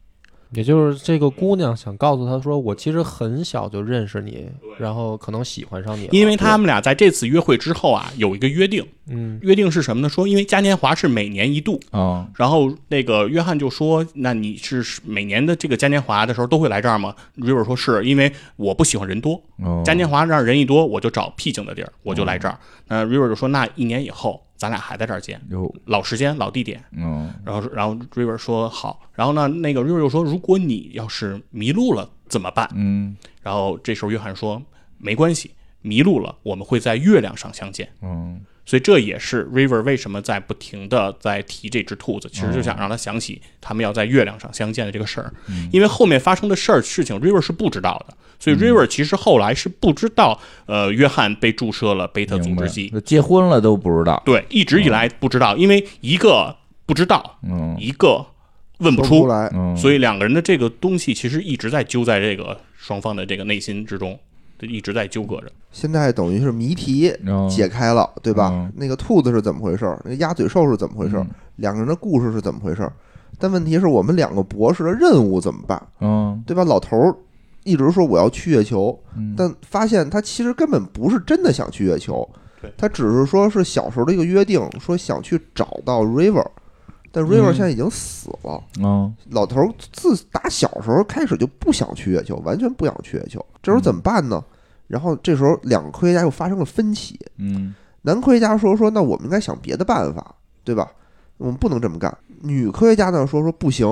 [SPEAKER 2] 也就是这个姑娘想告诉他说，我其实很小就认识你，然后可能喜欢上你了，
[SPEAKER 3] 因为他们俩在这次约会之后啊，有一个约定，
[SPEAKER 2] 嗯，
[SPEAKER 3] 约定是什么呢？说因为嘉年华是每年一度，
[SPEAKER 1] 哦，
[SPEAKER 3] 然后那个约翰就说：“那你是每年的这个嘉年华的时候都会来这儿吗？”River 说：“是因为我不喜欢人多，
[SPEAKER 1] 哦，
[SPEAKER 3] 嘉年华让人一多，我就找僻静的地儿，我就来这儿。”那 River 就说：“那一年以后，咱俩还在这儿见，
[SPEAKER 1] 有，
[SPEAKER 3] 老时间，老地点。”
[SPEAKER 1] 嗯，
[SPEAKER 3] 然后，然后 River 说好，然后呢，那个 River 又说，如果你要是迷路了怎么办？
[SPEAKER 1] 嗯，
[SPEAKER 3] 然后这时候约翰说，没关系，迷路了我们会在月亮上相见。
[SPEAKER 1] 嗯，
[SPEAKER 3] 所以这也是 River 为什么在不停的在提这只兔子，其实就想让他想起他们要在月亮上相见的这个事儿，因为后面发生的事儿事情 River 是不知道的，所以 River 其实后来是不知道，呃，约翰被注射了贝塔阻
[SPEAKER 1] 明白
[SPEAKER 3] 滞剂，，
[SPEAKER 1] 结婚了都不知道，
[SPEAKER 3] 对，一直以来不知道，因为一个不知道，
[SPEAKER 1] 嗯，
[SPEAKER 3] 一个问”不
[SPEAKER 4] 说不
[SPEAKER 3] 出
[SPEAKER 4] 出，来，
[SPEAKER 1] 嗯，
[SPEAKER 3] 所以两个人的这个东西其实一直在揪在这个双方的这个内心之中，就一直在纠葛着。
[SPEAKER 4] 现在等于是谜题
[SPEAKER 1] 嗯
[SPEAKER 4] 解开了，对吧
[SPEAKER 1] 嗯？
[SPEAKER 4] 那个兔子是怎么回事儿？那个鸭嘴兽是怎么回事儿？两个人的故事是怎么回事儿？但问题是我们两个博士的任务怎么办？
[SPEAKER 1] 嗯，
[SPEAKER 4] 对吧？老头儿一直说我要去月球，
[SPEAKER 1] 嗯
[SPEAKER 4] 但发现他其实根本不是真的想去月球
[SPEAKER 3] 对，
[SPEAKER 4] 他只是说是小时候的一个约定，说想去找到 River，但 River 现在已经死了。
[SPEAKER 1] 嗯，
[SPEAKER 4] 老头儿自打小时候开始就不想去月球，完全不想去月球。这时候怎么办呢？然后这时候两个科学家又发生了分歧，
[SPEAKER 1] 嗯，
[SPEAKER 4] 男科学家说说，那我们应该想别的办法，对吧？我们不能这么干。女科学家呢说说不行，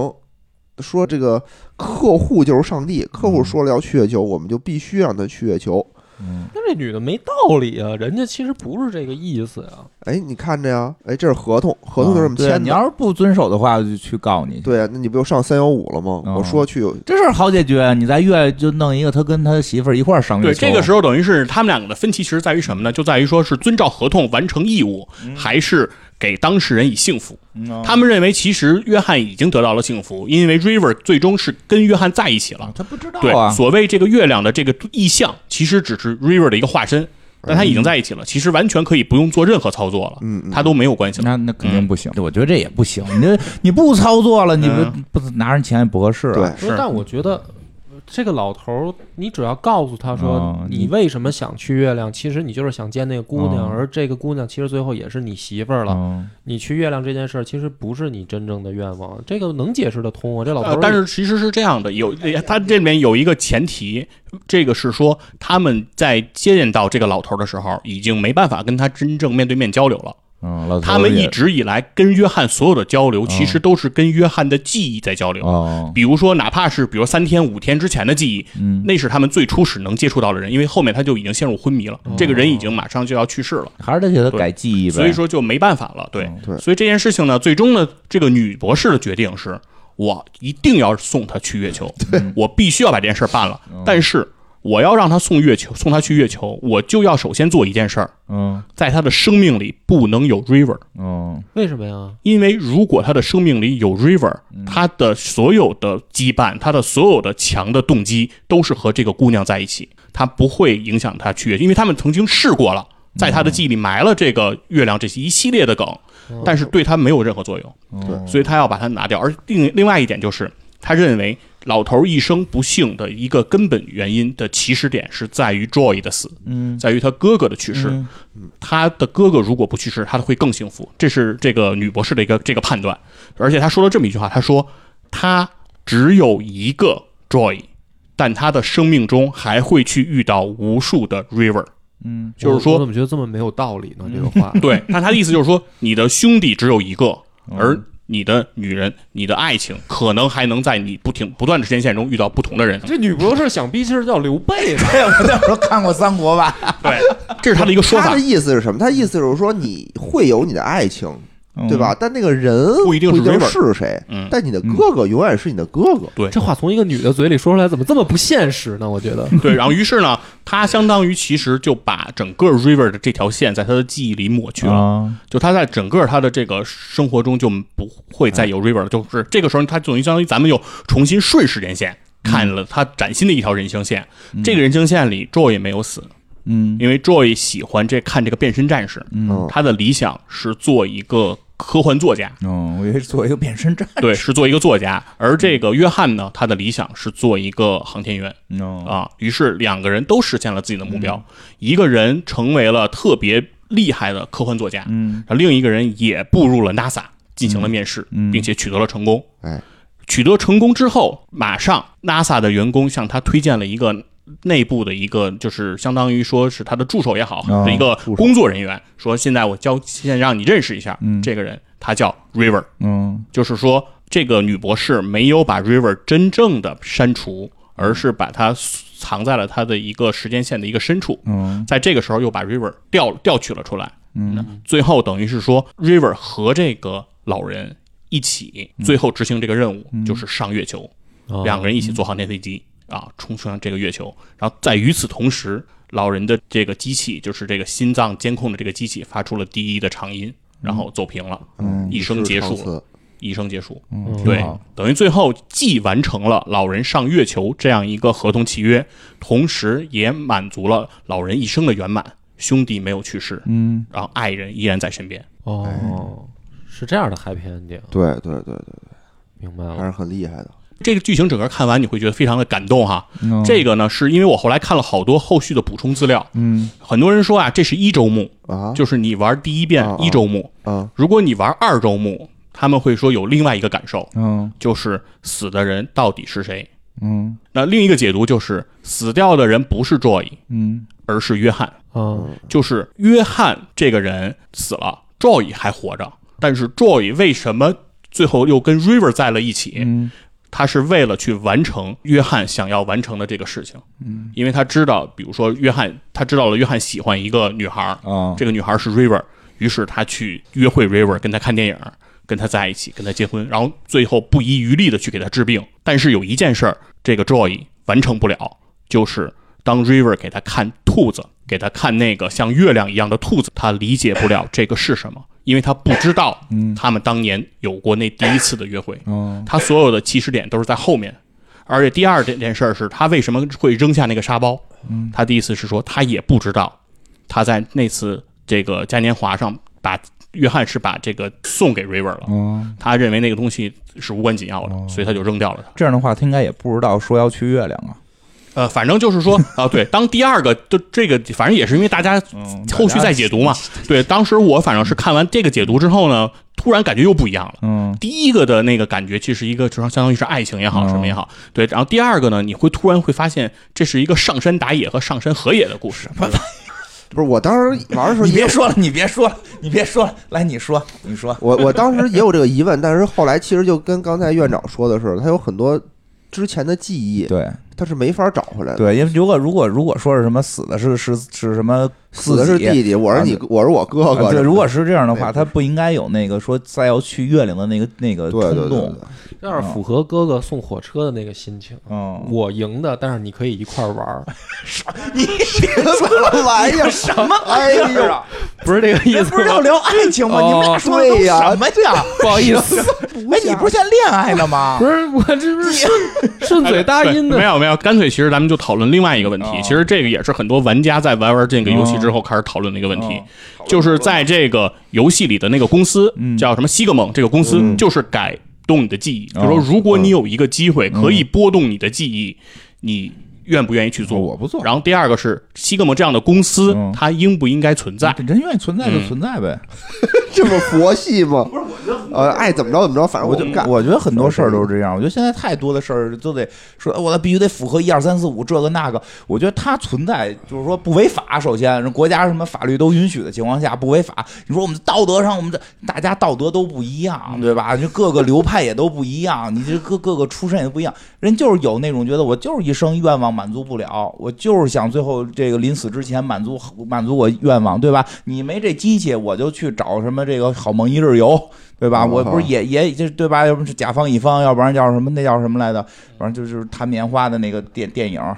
[SPEAKER 4] 说这个客户就是上帝，
[SPEAKER 3] 嗯
[SPEAKER 4] 客户说了要去月球，我们就必须让他去月球。
[SPEAKER 1] 嗯，
[SPEAKER 2] 那这女的没道理啊，人家其实不是这个意思啊呀、
[SPEAKER 4] 哎，你看着呀，哎，这是合同，合
[SPEAKER 3] 啊
[SPEAKER 4] 同就这么
[SPEAKER 1] 对
[SPEAKER 4] 签
[SPEAKER 1] 你
[SPEAKER 4] 的。
[SPEAKER 1] 要是不遵守的话，我就去告你。
[SPEAKER 4] 对呀，啊那你不就上三幺五了吗？
[SPEAKER 3] 啊
[SPEAKER 1] 嗯
[SPEAKER 4] 我说去，
[SPEAKER 1] 这事儿好解决，啊你在月就弄一个他跟他媳妇儿一块儿上月
[SPEAKER 3] 对，
[SPEAKER 1] 球。
[SPEAKER 3] 这个时候等于是他们两个的分歧，其实在于什么呢？就在于说是遵照合同完成义务，还是给当事人以幸福。
[SPEAKER 1] 嗯
[SPEAKER 3] 他们认为，其实约翰已经得到了幸福，因为 River 最终是跟约翰在一起了。
[SPEAKER 1] 他不知道
[SPEAKER 3] 对，
[SPEAKER 1] 啊，
[SPEAKER 3] 所谓这个月亮的这个意象，其实只是 River 的一个化身，但他已经在一起了，其实完全可以不用做任何操作了，
[SPEAKER 4] 嗯，嗯
[SPEAKER 3] 他都没有关系
[SPEAKER 1] 那
[SPEAKER 3] 了。
[SPEAKER 1] 那肯定不行。嗯我觉得这也不行，你这你不操作了，你
[SPEAKER 3] 嗯
[SPEAKER 1] 不不拿人钱也不合适啊。
[SPEAKER 4] 对，
[SPEAKER 2] 不是
[SPEAKER 3] 是
[SPEAKER 2] 但我觉得呃这个老头儿，你只要告诉他说
[SPEAKER 1] 哦
[SPEAKER 2] 你
[SPEAKER 1] 你
[SPEAKER 2] 为什么想去月亮，其实你就是想见那个姑娘，
[SPEAKER 1] 哦
[SPEAKER 2] 而这个姑娘其实最后也是你媳妇儿
[SPEAKER 3] 哦
[SPEAKER 2] 了。
[SPEAKER 1] 嗯，
[SPEAKER 2] 你去月亮这件事儿，其实不是你真正的愿望，这个能解释得通啊。这老头
[SPEAKER 3] 呃
[SPEAKER 2] 儿，，
[SPEAKER 3] 但是其实是这样的，有呃他这里面有一个前提，这个是说他们在接见到这个老头的时候，已经没办法跟他真正面对面交流了。
[SPEAKER 1] 嗯，老头
[SPEAKER 3] 他们
[SPEAKER 1] 也
[SPEAKER 3] 一直以来跟约翰所有的交流，
[SPEAKER 1] 哦
[SPEAKER 3] 其实都是跟约翰的记忆在交流。
[SPEAKER 1] 哦，
[SPEAKER 3] 比如说，哪怕是比如三天、五天之前的记忆，
[SPEAKER 1] 嗯，
[SPEAKER 3] 那是他们最初始能接触到的人，因为后面他就已经陷入昏迷了，这个人已经马上就要去世了，
[SPEAKER 1] 还是得给他改记忆呗。
[SPEAKER 3] 所以说就没办法了。对
[SPEAKER 1] 嗯，
[SPEAKER 4] 对
[SPEAKER 3] 所以这件事情呢，最终呢，这个女博士的决定是我一定要送她去月球，我必须要把这件事办了，但是我要让她送月球，送她去月球，我就要首先做一件事儿，
[SPEAKER 1] 嗯
[SPEAKER 3] 在她的生命里不能有 River。
[SPEAKER 1] 嗯
[SPEAKER 2] 为什么呀？
[SPEAKER 3] 因为如果他的生命里有 River，他的所有的羁绊，他的所有的强的动机都是和这个姑娘在一起，他不会影响他去，因为他们曾经试过了，在他的记忆里埋了这个月亮这些一系列的梗，但是对他没有任何作用，
[SPEAKER 1] 嗯，
[SPEAKER 3] 所以他要把它拿掉。而另另外一点就是，他认为老头一生不幸的一个根本原因的起始点是在于 Joy 的死，
[SPEAKER 1] 嗯
[SPEAKER 3] 在于他哥哥的去世。
[SPEAKER 1] 嗯
[SPEAKER 3] 他的哥哥如果不去世，他会更幸福。这是这个女博士的一个这个判断。而且他说了这么一句话，他说他只有一个 Joy，但他的生命中还会去遇到无数的 River。
[SPEAKER 1] 嗯
[SPEAKER 3] 就是
[SPEAKER 2] 我
[SPEAKER 3] 说
[SPEAKER 2] 我怎么觉得这么没有道理呢？这个话，
[SPEAKER 3] 对，那他的意思就是说，你的兄弟只有一个，
[SPEAKER 1] 嗯
[SPEAKER 3] 而你的女人、你的爱情，可能还能在你不停不断的时间线中遇到不同的人。
[SPEAKER 2] 这女博士想必是叫刘备吧？
[SPEAKER 1] 对，我那时候看过《三国》 吧，
[SPEAKER 3] 对，这是他的一个说
[SPEAKER 4] 他
[SPEAKER 3] 法
[SPEAKER 4] 的，意思是什么？他的意思就是说你会有你的爱情，对
[SPEAKER 1] 嗯
[SPEAKER 4] 吧？？但那个人
[SPEAKER 3] 嗯不一定是
[SPEAKER 4] 不一定
[SPEAKER 3] River
[SPEAKER 4] 是谁，
[SPEAKER 3] 嗯
[SPEAKER 4] 但你的哥哥永远是你的哥哥。
[SPEAKER 3] 对
[SPEAKER 2] 这话从一个女的嘴里说出来，怎么这么不现实呢？我觉 得，
[SPEAKER 3] 对，然后于是呢，他相当于其实就把整个 River 的这条线在他的记忆里抹去了。
[SPEAKER 1] 啊，
[SPEAKER 3] 就他在整个他的这个生活中就不会再有 River 了，就是这个时候他等于相当于咱们又重新顺时间线看了他崭新的一条人生线。这个人生线里，Joy 没有死，
[SPEAKER 1] 嗯
[SPEAKER 3] 因为 Joy 喜欢这看这个变身战士，
[SPEAKER 1] 嗯，
[SPEAKER 3] 他的理想是做一个科幻作家，
[SPEAKER 1] 哦，我以为是做一个变身战。
[SPEAKER 3] 对，是做一个作家。而这个约翰呢，他的理想是做一个航天员。
[SPEAKER 1] 哦，
[SPEAKER 3] 啊，于是两个人都实现了自己的目标，
[SPEAKER 1] 嗯
[SPEAKER 3] 一个人成为了特别厉害的科幻作家，
[SPEAKER 1] 嗯，
[SPEAKER 3] 然后另一个人也步入了 NASA 进行了面试，
[SPEAKER 1] 嗯
[SPEAKER 3] 并且取得了成功。
[SPEAKER 4] 哎，
[SPEAKER 3] 取得成功之后，马上 NASA 的员工向他推荐了一个。内部的一个就是相当于说是他的助手也好，
[SPEAKER 1] 哦
[SPEAKER 3] 是一个
[SPEAKER 1] 助手
[SPEAKER 3] 工作人员，说现在我教现在让你认识一下、
[SPEAKER 1] 嗯
[SPEAKER 3] 这个人，他叫 River，
[SPEAKER 1] 嗯
[SPEAKER 3] 就是说这个女博士没有把 River 真正的删除，而是把它藏在了她的一个时间线的一个深处。
[SPEAKER 1] 嗯
[SPEAKER 3] 在这个时候又把 River 调调取了出来，
[SPEAKER 1] 嗯
[SPEAKER 3] 最后等于是说 River 和这个老人一起，最后执行这个任务，就是上月球，
[SPEAKER 2] 哦
[SPEAKER 3] 两个人一起坐航天飞机啊，冲上这个月球。然后在与此同时，老人的这个机器，就是这个心脏监控的这个机器，发出了第一的长音，然后走平了，
[SPEAKER 1] 嗯
[SPEAKER 3] 一生结束
[SPEAKER 4] 是
[SPEAKER 3] 了，一生结束。
[SPEAKER 1] 嗯，
[SPEAKER 3] 对
[SPEAKER 1] 挺好，
[SPEAKER 3] 等于最后既完成了老人上月球这样一个合同契约，同时也满足了老人一生的圆满，兄弟没有去世，
[SPEAKER 1] 嗯
[SPEAKER 3] 然后爱人依然在身边。
[SPEAKER 2] 哦，是这样的 happy ending，
[SPEAKER 4] 对对对对，
[SPEAKER 2] 明
[SPEAKER 1] 啊
[SPEAKER 2] 白了。
[SPEAKER 4] 还是很厉害的。
[SPEAKER 3] 这个剧情整个看完，你会觉得非常的感动哈。
[SPEAKER 1] 嗯
[SPEAKER 3] 这个呢，是因为我后来看了好多后续的补充资料，
[SPEAKER 1] 嗯
[SPEAKER 3] 很多人说啊，这是一周目，
[SPEAKER 4] 啊，
[SPEAKER 3] 就是你玩第一遍
[SPEAKER 4] 啊啊
[SPEAKER 3] 一周目，
[SPEAKER 4] 啊，
[SPEAKER 3] 如果你玩二周目，他们会说有另外一个感受，
[SPEAKER 1] 嗯
[SPEAKER 3] 就是死的人到底是谁。
[SPEAKER 1] 嗯
[SPEAKER 3] 那另一个解读就是，死掉的人不是 Joy，
[SPEAKER 1] 嗯
[SPEAKER 3] 而是约翰。
[SPEAKER 2] 嗯，
[SPEAKER 3] 就是约翰这个人死了，Joy 还活着，但是 Joy 为什么最后又跟 River 在了一起？
[SPEAKER 1] 嗯
[SPEAKER 3] 他是为了去完成约翰想要完成的这个事情，
[SPEAKER 1] 嗯
[SPEAKER 3] 因为他知道，比如说约翰，他知道了约翰喜欢一个女孩儿，
[SPEAKER 1] 啊，
[SPEAKER 3] 这个女孩是 River，于是他去约会 River，跟她看电影，跟她在一起，跟她结婚，然后最后不遗余力的去给她治病。但是有一件事儿，这个 Joy 完成不了，就是当 River 给她看兔子，给她看那个像月亮一样的兔子，她理解不了这个是什么，因为她不知道
[SPEAKER 1] 嗯
[SPEAKER 3] 他们当年有过那第一次的约会。
[SPEAKER 1] 嗯
[SPEAKER 3] 他所有的起始点都是在后面。而且第二点件事儿是他为什么会扔下那个沙包？他的意思是说他也不知道，他在那次这个嘉年华上把约翰是把这个送给 River 了，
[SPEAKER 1] 嗯，
[SPEAKER 3] 他认为那个东西是无关紧要的，所以他就扔掉了它。
[SPEAKER 1] 这样的话，他应该也不知道说要去月亮啊。
[SPEAKER 3] 呃，反正就是说啊，对，当第二个就这个，反正也是因为大家
[SPEAKER 1] 嗯
[SPEAKER 3] 后续再解读嘛。对，当时我反正是看完这个解读之后呢，突然感觉又不一样了。
[SPEAKER 1] 嗯
[SPEAKER 3] 第一个的那个感觉，其实一个就是相当于是爱情也好，
[SPEAKER 1] 嗯
[SPEAKER 3] 什么也好，对。然后第二个呢，你会突然会发现，这是一个上山打野和上山河野的故事。
[SPEAKER 4] 不是我当时玩的时候
[SPEAKER 1] 你
[SPEAKER 4] 也
[SPEAKER 1] 别
[SPEAKER 4] 有，
[SPEAKER 1] 说了，你别说了，你别说了，来，你说，你说，
[SPEAKER 4] 我我当时也有这个疑问，但是后来其实就跟刚才院长说的是，他有很多之前的记忆，
[SPEAKER 1] 对
[SPEAKER 4] 他是没法找回来的。
[SPEAKER 1] 对，因为如果如果如果说是什么死的是是是什么
[SPEAKER 4] 死的是
[SPEAKER 1] 自己
[SPEAKER 4] 弟弟，我是你，我是我哥
[SPEAKER 1] 啊
[SPEAKER 4] 哥。
[SPEAKER 1] 对，如果是这样的话，
[SPEAKER 4] 对
[SPEAKER 1] 他不应该有那个说再要去月亮的那个那个
[SPEAKER 4] 对对
[SPEAKER 1] 冲
[SPEAKER 4] 对
[SPEAKER 1] 动
[SPEAKER 4] 对。，
[SPEAKER 2] 有点符合哥哥送火车的那个心情。
[SPEAKER 1] 嗯，
[SPEAKER 2] 我赢的，但是你可以一块儿玩儿，
[SPEAKER 4] 什么玩 意儿？什么玩意儿啊？
[SPEAKER 2] 不是这个意
[SPEAKER 1] 人
[SPEAKER 2] 思
[SPEAKER 1] 不是要
[SPEAKER 2] 吗？
[SPEAKER 1] 聊爱情吗？
[SPEAKER 2] 哦
[SPEAKER 1] 你们俩说的都
[SPEAKER 4] 对呀
[SPEAKER 1] 什么呀？
[SPEAKER 2] 不好意思，
[SPEAKER 1] 哎，你 不是现在恋爱呢吗？
[SPEAKER 2] 不是我这不是顺 顺嘴答音
[SPEAKER 3] 对没
[SPEAKER 2] 的，
[SPEAKER 3] 有没有，干脆其实咱们就讨论另外一个问题。
[SPEAKER 1] 哦
[SPEAKER 3] 其实这个也是很多玩家在玩玩这个游戏之后开始讨论的一个问
[SPEAKER 1] 哦
[SPEAKER 3] 题，就是在这个游戏里的那个公司、
[SPEAKER 1] 嗯
[SPEAKER 3] 叫什么西格蒙，这个公司、
[SPEAKER 4] 嗯
[SPEAKER 3] 就是改动你的记忆。
[SPEAKER 1] 哦嗯
[SPEAKER 3] 就说如果你有一个机会可以波动你的记忆，你愿不愿意去做？
[SPEAKER 1] 哦我不做
[SPEAKER 3] 然后第二个是西格蒙这样的公司，
[SPEAKER 1] 嗯
[SPEAKER 3] 它应不应该存在？
[SPEAKER 1] 人愿意存在就存在呗。
[SPEAKER 4] 这么佛系吗？不是，我呃，爱怎么着怎么着，反正
[SPEAKER 1] 我
[SPEAKER 4] 就
[SPEAKER 1] 就
[SPEAKER 4] 干。
[SPEAKER 1] 我觉得很多事儿都是这样。我觉得现在太多的事儿都得说，我必须得符合一二三四五这个那个。我觉得它存在就是说不违法，首先人国家什么法律都允许的情况下不违法。你说我们道德上，我们这大家道德都不一样，对吧？就各个流派也都不一样，你这各各个出身也不一样。人就是有那种觉得我就是一生愿望满足不了，我就是想最后这个临死之前满足满足我愿望，对吧？你没这机器，我就去找什么这个好梦一日游，对吧？
[SPEAKER 4] 哦
[SPEAKER 1] 我不是也也这对吧？要不是甲方乙方，要不然叫什么那叫什么来的？反正就是弹棉花的那个电电影啊，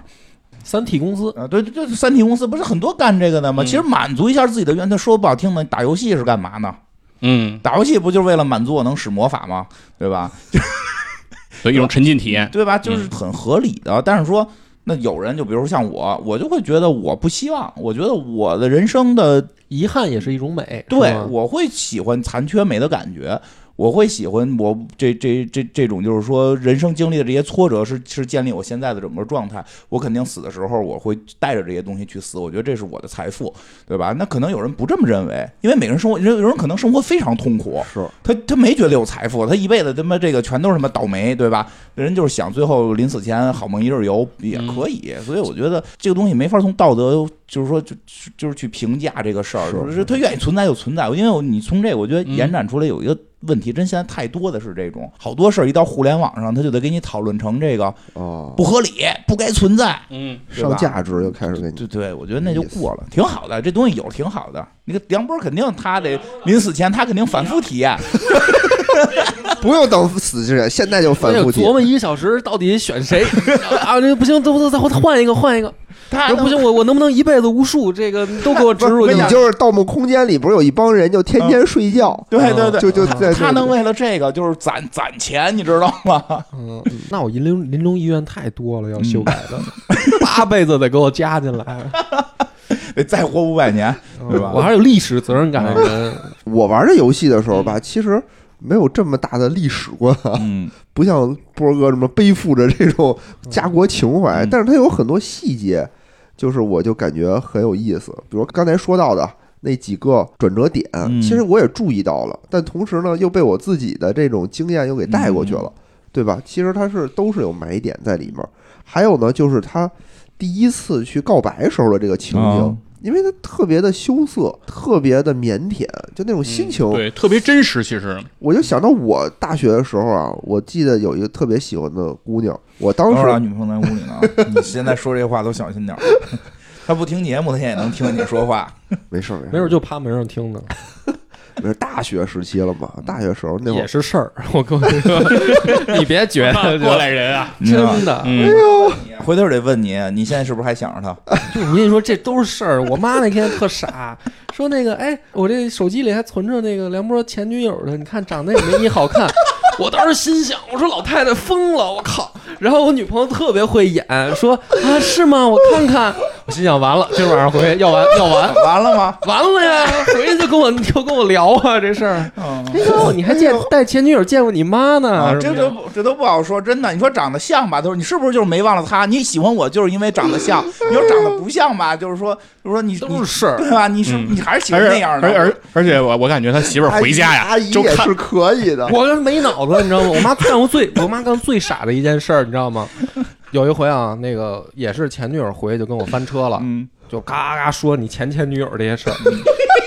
[SPEAKER 2] 三体公司
[SPEAKER 1] 对对对，三体公司不是很多干这个的吗？
[SPEAKER 3] 嗯
[SPEAKER 1] 其实满足一下自己的愿，那说不好听的，打游戏是干嘛呢？
[SPEAKER 3] 嗯，
[SPEAKER 1] 打游戏不就是为了满足我能使魔法吗？对吧？
[SPEAKER 3] 所以一种沉浸体验。
[SPEAKER 1] 对吧？就是很合理的。但是说，那有人就比如说像我，我就会觉得我不希望，我觉得我的人生的
[SPEAKER 2] 遗憾也是一种美，
[SPEAKER 1] 对
[SPEAKER 2] 是吗
[SPEAKER 1] 我会喜欢残缺美的感觉。我会喜欢我这这这这种，就是说人生经历的这些挫折是是建立我现在的整个状态。我肯定死的时候，我会带着这些东西去死。我觉得这是我的财富，对吧？那可能有人不这么认为，因为每个人生活，人有人可能生活非常痛苦，
[SPEAKER 4] 是
[SPEAKER 1] 他他没觉得有财富，他一辈子他妈这个全都是他妈倒霉，对吧？人就是想最后临死前好梦一日游也可以，所以我觉得这个东西没法从道德就是说就就就是去评价这个事儿，
[SPEAKER 4] 是
[SPEAKER 1] 就是是他愿意存在就存在，因为我你从这个我觉得延展出来有一个。问题真现在太多的是这种，好多事儿一到互联网上，他就得给你讨论成这个
[SPEAKER 4] 哦，
[SPEAKER 1] 不合理、不该存在，
[SPEAKER 3] 嗯，
[SPEAKER 1] 对吧
[SPEAKER 4] 上价值就开始给你。
[SPEAKER 1] 对对，我觉得那就过了，挺好的，这东西有挺好的。那个梁波肯定他得临死前他肯定反复体验，
[SPEAKER 4] 不用等死之前，现在就反
[SPEAKER 2] 那
[SPEAKER 4] 复
[SPEAKER 2] 就
[SPEAKER 4] 提
[SPEAKER 2] 哎琢。磨一个小时到底选谁 啊？这个不行，都不再换一个，换一个。
[SPEAKER 1] 他
[SPEAKER 2] 这不行，我我能不能一辈子无数这个都给我植入
[SPEAKER 4] 不是
[SPEAKER 2] 进
[SPEAKER 4] 你
[SPEAKER 2] 来？
[SPEAKER 4] 就是《盗梦空间》里不是有一帮人就天天睡觉，
[SPEAKER 1] 嗯对对对，
[SPEAKER 4] 就就在
[SPEAKER 1] 他能为了这个就是攒攒钱，你知道吗？
[SPEAKER 2] 嗯，那我银陵临终遗愿太多了，要修改的， 八辈子得给我加进来，
[SPEAKER 1] 得再活五百 年，
[SPEAKER 2] 嗯
[SPEAKER 1] 对吧
[SPEAKER 2] 我还是有历史责任感的人，
[SPEAKER 4] 我玩这游戏的时候吧，其实没有这么大的历史观啊，
[SPEAKER 1] 嗯，
[SPEAKER 4] 不像波哥这么背负着这种家国情怀，
[SPEAKER 1] 嗯
[SPEAKER 4] 但是它有很多细节，就是我就感觉很有意思，比如刚才说到的。那几个转折点，
[SPEAKER 1] 嗯
[SPEAKER 4] 其实我也注意到了，但同时呢，又被我自己的这种经验又给带过去了，
[SPEAKER 1] 嗯
[SPEAKER 4] 对吧？其实它是都是有买点在里面。还有呢，就是他第一次去告白时候的这个情景，
[SPEAKER 1] 哦
[SPEAKER 4] 因为他特别的羞涩，特别的腼腆，就那种心情。
[SPEAKER 1] 嗯
[SPEAKER 3] 对，特别真实。其实
[SPEAKER 4] 我就想到我大学的时候啊，我记得有一个特别喜欢的姑娘，我当
[SPEAKER 1] 等会
[SPEAKER 4] 时
[SPEAKER 1] 儿让女朋友在屋里呢啊，你现在说这话都小心点儿。 她不听节目，她现在也能听你说话。
[SPEAKER 4] 没事儿，没
[SPEAKER 2] 没
[SPEAKER 4] 事
[SPEAKER 2] 准
[SPEAKER 4] 儿，
[SPEAKER 2] 就趴门上听呢，
[SPEAKER 4] 没事儿，大学时期了嘛，大学时候那会
[SPEAKER 2] 也
[SPEAKER 4] 儿，
[SPEAKER 2] 是事儿。我跟你说，你别觉得
[SPEAKER 3] 过来人啊，
[SPEAKER 1] 你知道吗
[SPEAKER 2] 真的，
[SPEAKER 3] 嗯，
[SPEAKER 1] 回头得问你，你现在是不是还想着她？
[SPEAKER 2] 就 我跟你说，这都是事儿。我妈那天特傻，说那个，哎，我这手机里还存着那个梁波前女友的，你看长得也没你好看。 我当时心想，我说老太太疯了，我靠！然后我女朋友特别会演，说啊是吗？我看看。我心想完了，今晚上回去要完要完
[SPEAKER 1] 完了吗？
[SPEAKER 2] 完了呀，回去就跟我就跟我聊啊这事儿。
[SPEAKER 1] 嗯。
[SPEAKER 2] 哎呦，你还见带前女友见过你妈呢？
[SPEAKER 1] 啊，
[SPEAKER 2] 是
[SPEAKER 1] 这
[SPEAKER 2] 不是
[SPEAKER 1] 都不这都不好说，真的。你说长得像吧，就是你是不是就是没忘了她？你喜欢我就是因为长得像。你说长得不像吧，就是说，就是说你你
[SPEAKER 2] 都是事儿。
[SPEAKER 1] 对吧？你是
[SPEAKER 3] 嗯
[SPEAKER 1] 你还是喜
[SPEAKER 3] 而
[SPEAKER 1] 欢那
[SPEAKER 3] 且
[SPEAKER 1] 样
[SPEAKER 3] 而
[SPEAKER 1] 的。
[SPEAKER 3] 而而且我我感觉他媳妇儿回家
[SPEAKER 4] 阿
[SPEAKER 3] 呀
[SPEAKER 4] 姨，
[SPEAKER 3] 就
[SPEAKER 4] 阿姨也
[SPEAKER 3] 看
[SPEAKER 4] 是可以的。
[SPEAKER 2] 我没脑子，你知道吗？我妈干过最， 我妈干过最傻的一件事儿，你知道吗？有一回啊，那个也是前女友回去就跟我翻车了，
[SPEAKER 1] 嗯，
[SPEAKER 2] 就嘎嘎说你前前女友这些事儿，